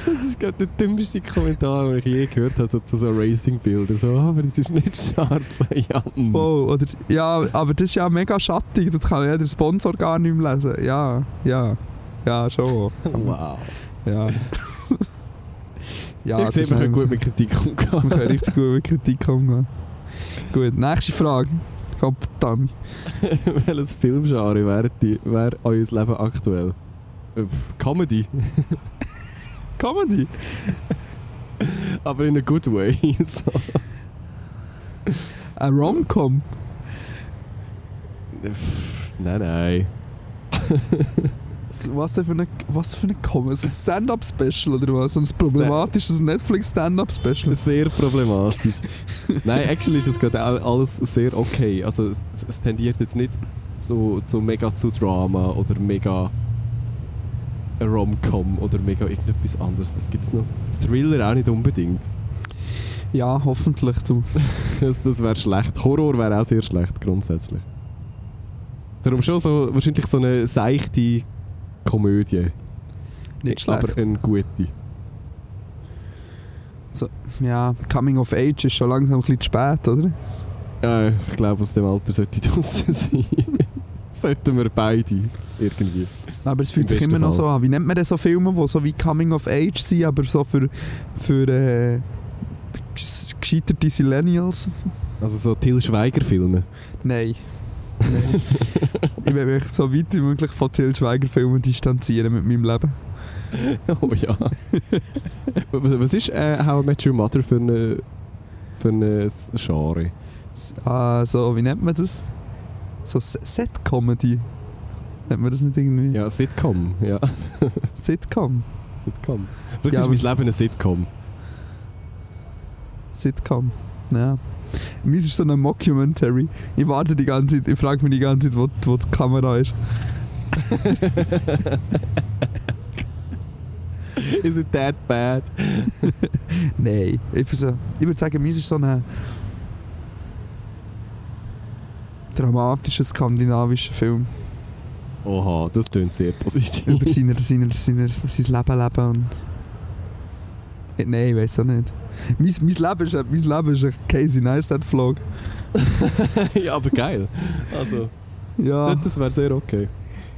Das ist gerade der dümmste Kommentar, den ich je gehört habe, so zu so Racing-Bildern. So, ah, aber es ist nicht scharf, so ja. mm. Wow, oder, ja, aber das ist ja mega schattig, das kann ja der Sponsor gar nicht mehr lesen. Ja, ja, ja, schon. Wow. Ja. ja, ich sehe, das wir können haben wir gut mit Kritik Wir können umgehen. richtig gut mit Kritik umgehen. Gut, nächste Frage. Komm, Tommy. Welches Filmgenre wäre, die, wäre euer Leben aktuell? Äh, pff, Comedy, Comedy? aber in a good way. So. Ein Rom-Com? Äh, pff, Nein, nein. Was denn für eine, was für eine Comedy? Ein Stand-Up-Special oder was? Ein problematisches Netflix-Stand-Up-Special? Sehr problematisch. Nein, actually ist es gerade all- alles sehr okay. Also es, es tendiert jetzt nicht so, so mega zu Drama oder mega Rom-Com oder mega irgendetwas anderes. Was gibt's noch? Thriller auch nicht unbedingt. Ja, hoffentlich, du. Das, das wäre schlecht. Horror wäre auch sehr schlecht grundsätzlich. Darum schon so wahrscheinlich so eine seichte Komödie. Nicht Aber schlecht. eine gute. Ja, Coming of Age ist schon langsam ein bisschen zu spät, oder? Ja, ich glaube, aus dem Alter sollte ich draußen sein. Sollten wir beide irgendwie. Aber es fühlt Im sich immer noch besten so an. Wie nennt man denn so Filme, die so wie Coming of Age sind, aber so für, für äh, ges- gescheiterte Millennials? Also so Till Schweiger-Filme. Nein. Nein. ich will mich so weit wie möglich von Till Schweiger Filmen distanzieren mit meinem Leben. Oh ja. was, was ist äh, How I Met Your Mother für eine, für eine Genre? S- Ah, so, wie nennt man das? So S- Set-Comedy. Nennt man das nicht irgendwie? Ja, Sitcom. Ja, Sitcom. Sitcom. Vielleicht Ja, aber ist es- mein Leben ein Sitcom. Sitcom. Ja. Meins ist so eine Mockumentary. Ich warte die ganze Zeit, ich frage mich die ganze Zeit, wo, wo die Kamera ist. Is it that bad? Nein. Ich, bin so, ich würde sagen, meins ist so ein dramatischer skandinavischer Film. Oha, das tönt sehr positiv. Über seiner, seiner, seiner, sein Leben leben und Äh, Nein, ich weiß auch nicht. Mein, mein Leben ist, ein- mein Leben ist ein Casey Neistat-Vlog. ja, aber geil. Also, Ja, das wäre sehr okay.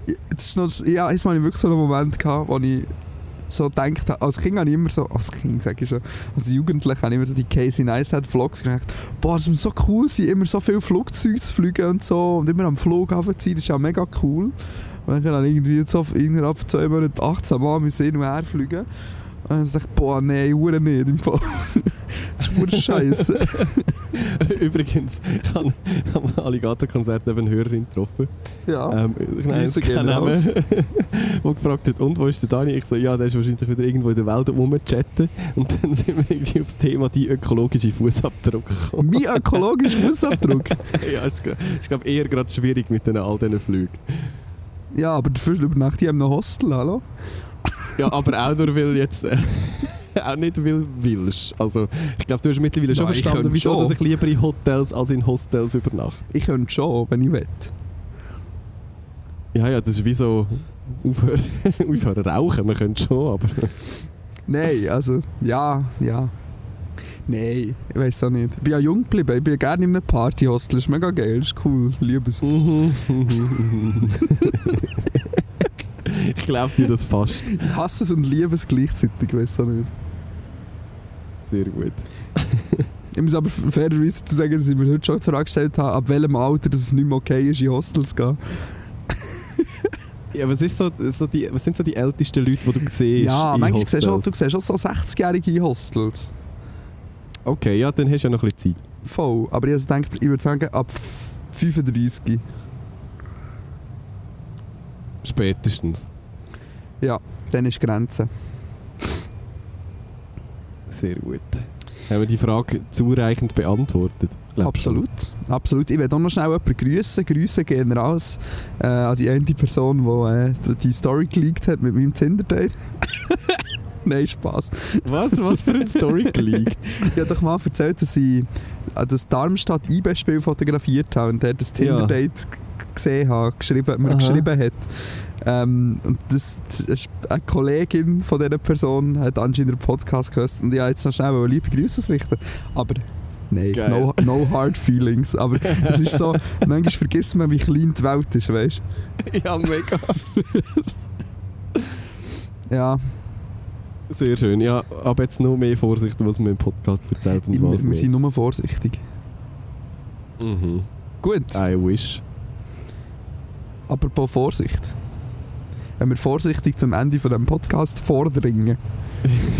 das ist noch, ja, jetzt hatte ich wirklich so einen Moment, gehabt, wo ich so gedacht habe, als Kind habe ich immer so, als Kind sage ich schon, als Jugendlicher habe ich immer so die Casey Neistat-Vlogs gedacht, boah, das ist so cool, sein, immer so viele Flugzeuge zu fliegen und so und immer am Flughafen zu sein, das ist ja mega cool. Und dann habe ich irgendwie so innerhalb von zwei Monaten 18 Mal mit hin und her fliegen. Und dann dachte ich, boah, nee, Uhren nicht im Fall. das ist nur scheiße. Übrigens, ich habe am Alligator-Konzert eben eine Hörerin getroffen. ja. Ähm, nein, Grüße gehen kein Name. raus. Wo gefragt hat, und wo ist der Dani? Ich so, ja, der ist wahrscheinlich wieder irgendwo in der Welt rumchatten. Und dann sind wir irgendwie aufs Thema die ökologische Fußabdruck gekommen. mein ökologischer Fußabdruck. ja, ist, gra- ist glaube eher gerade schwierig mit den, all diesen Flügen. Ja, aber dafür übernachte ich in einem Hostel, hallo? Ja, aber auch nur weil jetzt. Äh, auch nicht weil du willst. Also, ich glaube, du hast mittlerweile schon Nein, ich verstanden, könnte wieso schon. Dass ich lieber in Hotels als in Hostels übernachte. Ich könnte schon, wenn ich will. Ja, ja, das ist wie so. Aufhören, aufhören rauchen, wir können schon, aber. Nein, also, ja, ja. Nein, ich weiß auch nicht. Ich bin ja jung geblieben, ich bin gerne in einem Partyhostel, ist mega geil, ist cool, liebe es. Mhm, mhm, mhm. ich glaube dir das fast. Ich hasse es und liebe es gleichzeitig, weiß auch nicht. Sehr gut. Ich muss aber fairerweise zu sagen, dass ich mir heute schon die Frage gestellt habe, ab welchem Alter dass es nicht mehr okay ist, in Hostels zu gehen. Ja, was, ist so, so die, was sind so die ältesten Leute, die du siehst? ja, in manchmal siehst du, auch- du Hostels? siehst auch so 60-Jährige in Hostels. Okay, ja, dann hast du ja noch ein bisschen Zeit. Voll, aber ich also denkt, ich würde sagen, ab 35. Spätestens. Ja, dann ist Grenze. Sehr gut. Haben wir die Frage zureichend beantwortet? glaub Absolut, absolut. Ich will auch noch schnell jemanden grüßen. Grüße gehen raus äh, an die eine Person, die äh, die Story geleakt hat mit meinem Tinder-Date. Nein, Spaß. schon. Was? Was für eine Story geleakt? Ich habe doch mal erzählt, dass ich äh, das Darmstadt IB-Spiel fotografiert habe und dort das Tinder-Date g- gesehen habe, geschrieben, mir Aha. geschrieben hat. Ähm, und das, das ist eine Kollegin von dieser Person hat anscheinend einen Podcast gehört und ich wollte jetzt noch schnell liebe Grüße ausrichten. Aber nein, Geil. no, no hard feelings. Aber es ist so, manchmal vergisst man, wie klein die Welt ist, weißt ja, mega. du? Ja, Sehr schön. Ja, aber jetzt noch mehr Vorsicht, was man im Podcast erzählt und ich, was wir nicht. sind nur vorsichtig. Mhm. Gut. I wish. Apropos Vorsicht. Wenn wir vorsichtig zum Ende von dem Podcast vordringen.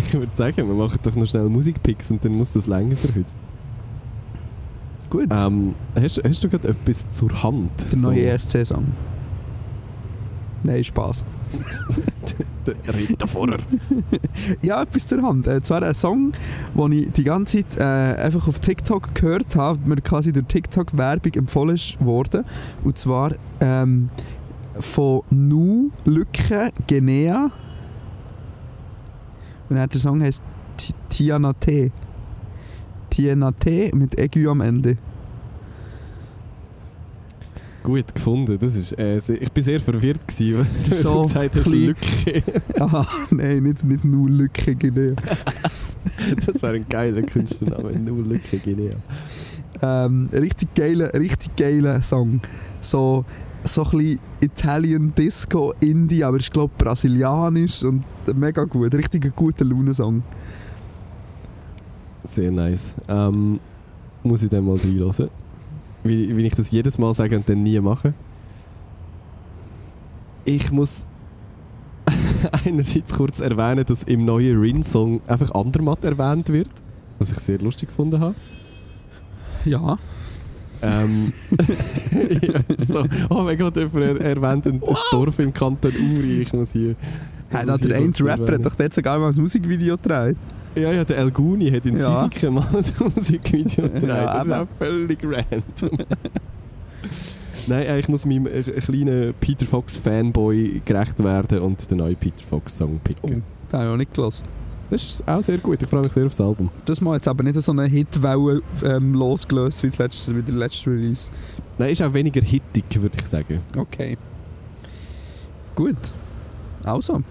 Ich würde sagen, wir machen doch noch schnell Musikpicks und dann muss das länger für heute. Gut. Ähm, hast, hast du gerade etwas zur Hand? der So, neue SC-Song. Nein, Spaß. der- Red davor. Ja, etwas zur Hand. Äh, zwar ein Song, den ich die ganze Zeit äh, einfach auf TikTok gehört habe, mir quasi durch TikTok-Werbung empfohlen ist worden. Und zwar ähm, von Nu Lücke Genea. Und dann der Song heißt Ti- Tiana T. Tiana T mit Egu am Ende. Gut gefunden. Das ist, äh, sehr- ich bin sehr verwirrt, gewesen, weil So du gesagt hast, klein. Lücke. Aha, Ah, nein, nicht, nicht Nu Lücke Genea. Das wäre ein geiler Künstlername. Nur Lücke, genial. ähm, richtig geiler, richtig geiler Song. So, so ein bisschen Italian Disco, Indie, aber ich glaube brasilianisch und mega gut. Richtig ein guter Laune-Song. Sehr nice. Ähm, muss ich dann mal reinhören. Wie, wie ich das jedes Mal sage und dann nie mache. Ich muss einerseits kurz erwähnen, dass im neuen Rin-Song einfach Andermatt erwähnt wird, was ich sehr lustig gefunden habe. Ja. Ähm, ja, so, oh mein Gott, jemand er, erwähnt ein, ein Dorf im Kanton Uri. Ich muss hier. Hey, muss da hier der eine kurz Rapper erwähnen. hat doch dort sogar mal ein Musikvideo gedreht. Ja, ja, der El Guni hat in Ja. Sisiken mal ein Musikvideo gedreht. Ja, das ist eben. auch völlig random. Nein, äh, ich muss meinem äh, kleinen Peter Fox Fanboy gerecht werden und den neuen Peter Fox Song picken. Das habe ich noch nicht gelassen. Das ist auch sehr gut, ich freue mich sehr aufs Album. Das mal jetzt aber nicht so eine Hitwelle ähm, losgelöst wie, das letzte, wie der letzte Release. Nein, ist auch weniger hittig, würde ich sagen. Okay. Gut. Also.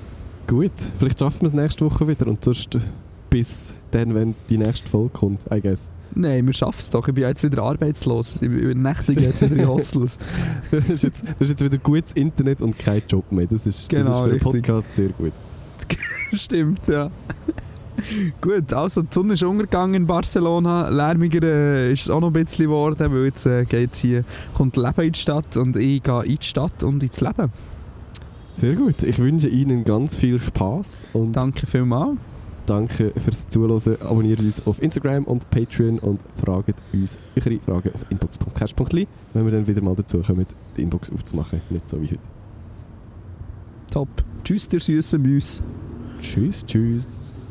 Gut, vielleicht schaffen wir es nächste Woche wieder und sonst äh, bis dann, wenn die nächste Folge kommt, I guess. Nein, wir schaffen es doch. Ich bin ja jetzt wieder arbeitslos. Ich bin übernächtig jetzt wieder in Hostels. das, ist jetzt, das ist jetzt wieder gutes Internet und kein Job mehr. Das ist, das Genau, ist für den richtig. Podcast sehr gut. Stimmt, ja. Gut, also die Sonne ist untergegangen in Barcelona. Lärmiger äh, ist es auch noch ein bisschen geworden, weil jetzt äh, geht's hier, kommt Leben in die Stadt und ich gehe in die Stadt und ins Leben. Sehr gut. Ich wünsche Ihnen ganz viel Spaß und Danke vielmals. danke fürs Zuhören. Abonniert uns auf Instagram und Patreon und fragt uns eure Fragen auf inbox.cash.li, wenn wir dann wieder mal dazu kommen, die Inbox aufzumachen. Nicht so wie heute. Top. Tschüss, der süße Müs. Tschüss, tschüss.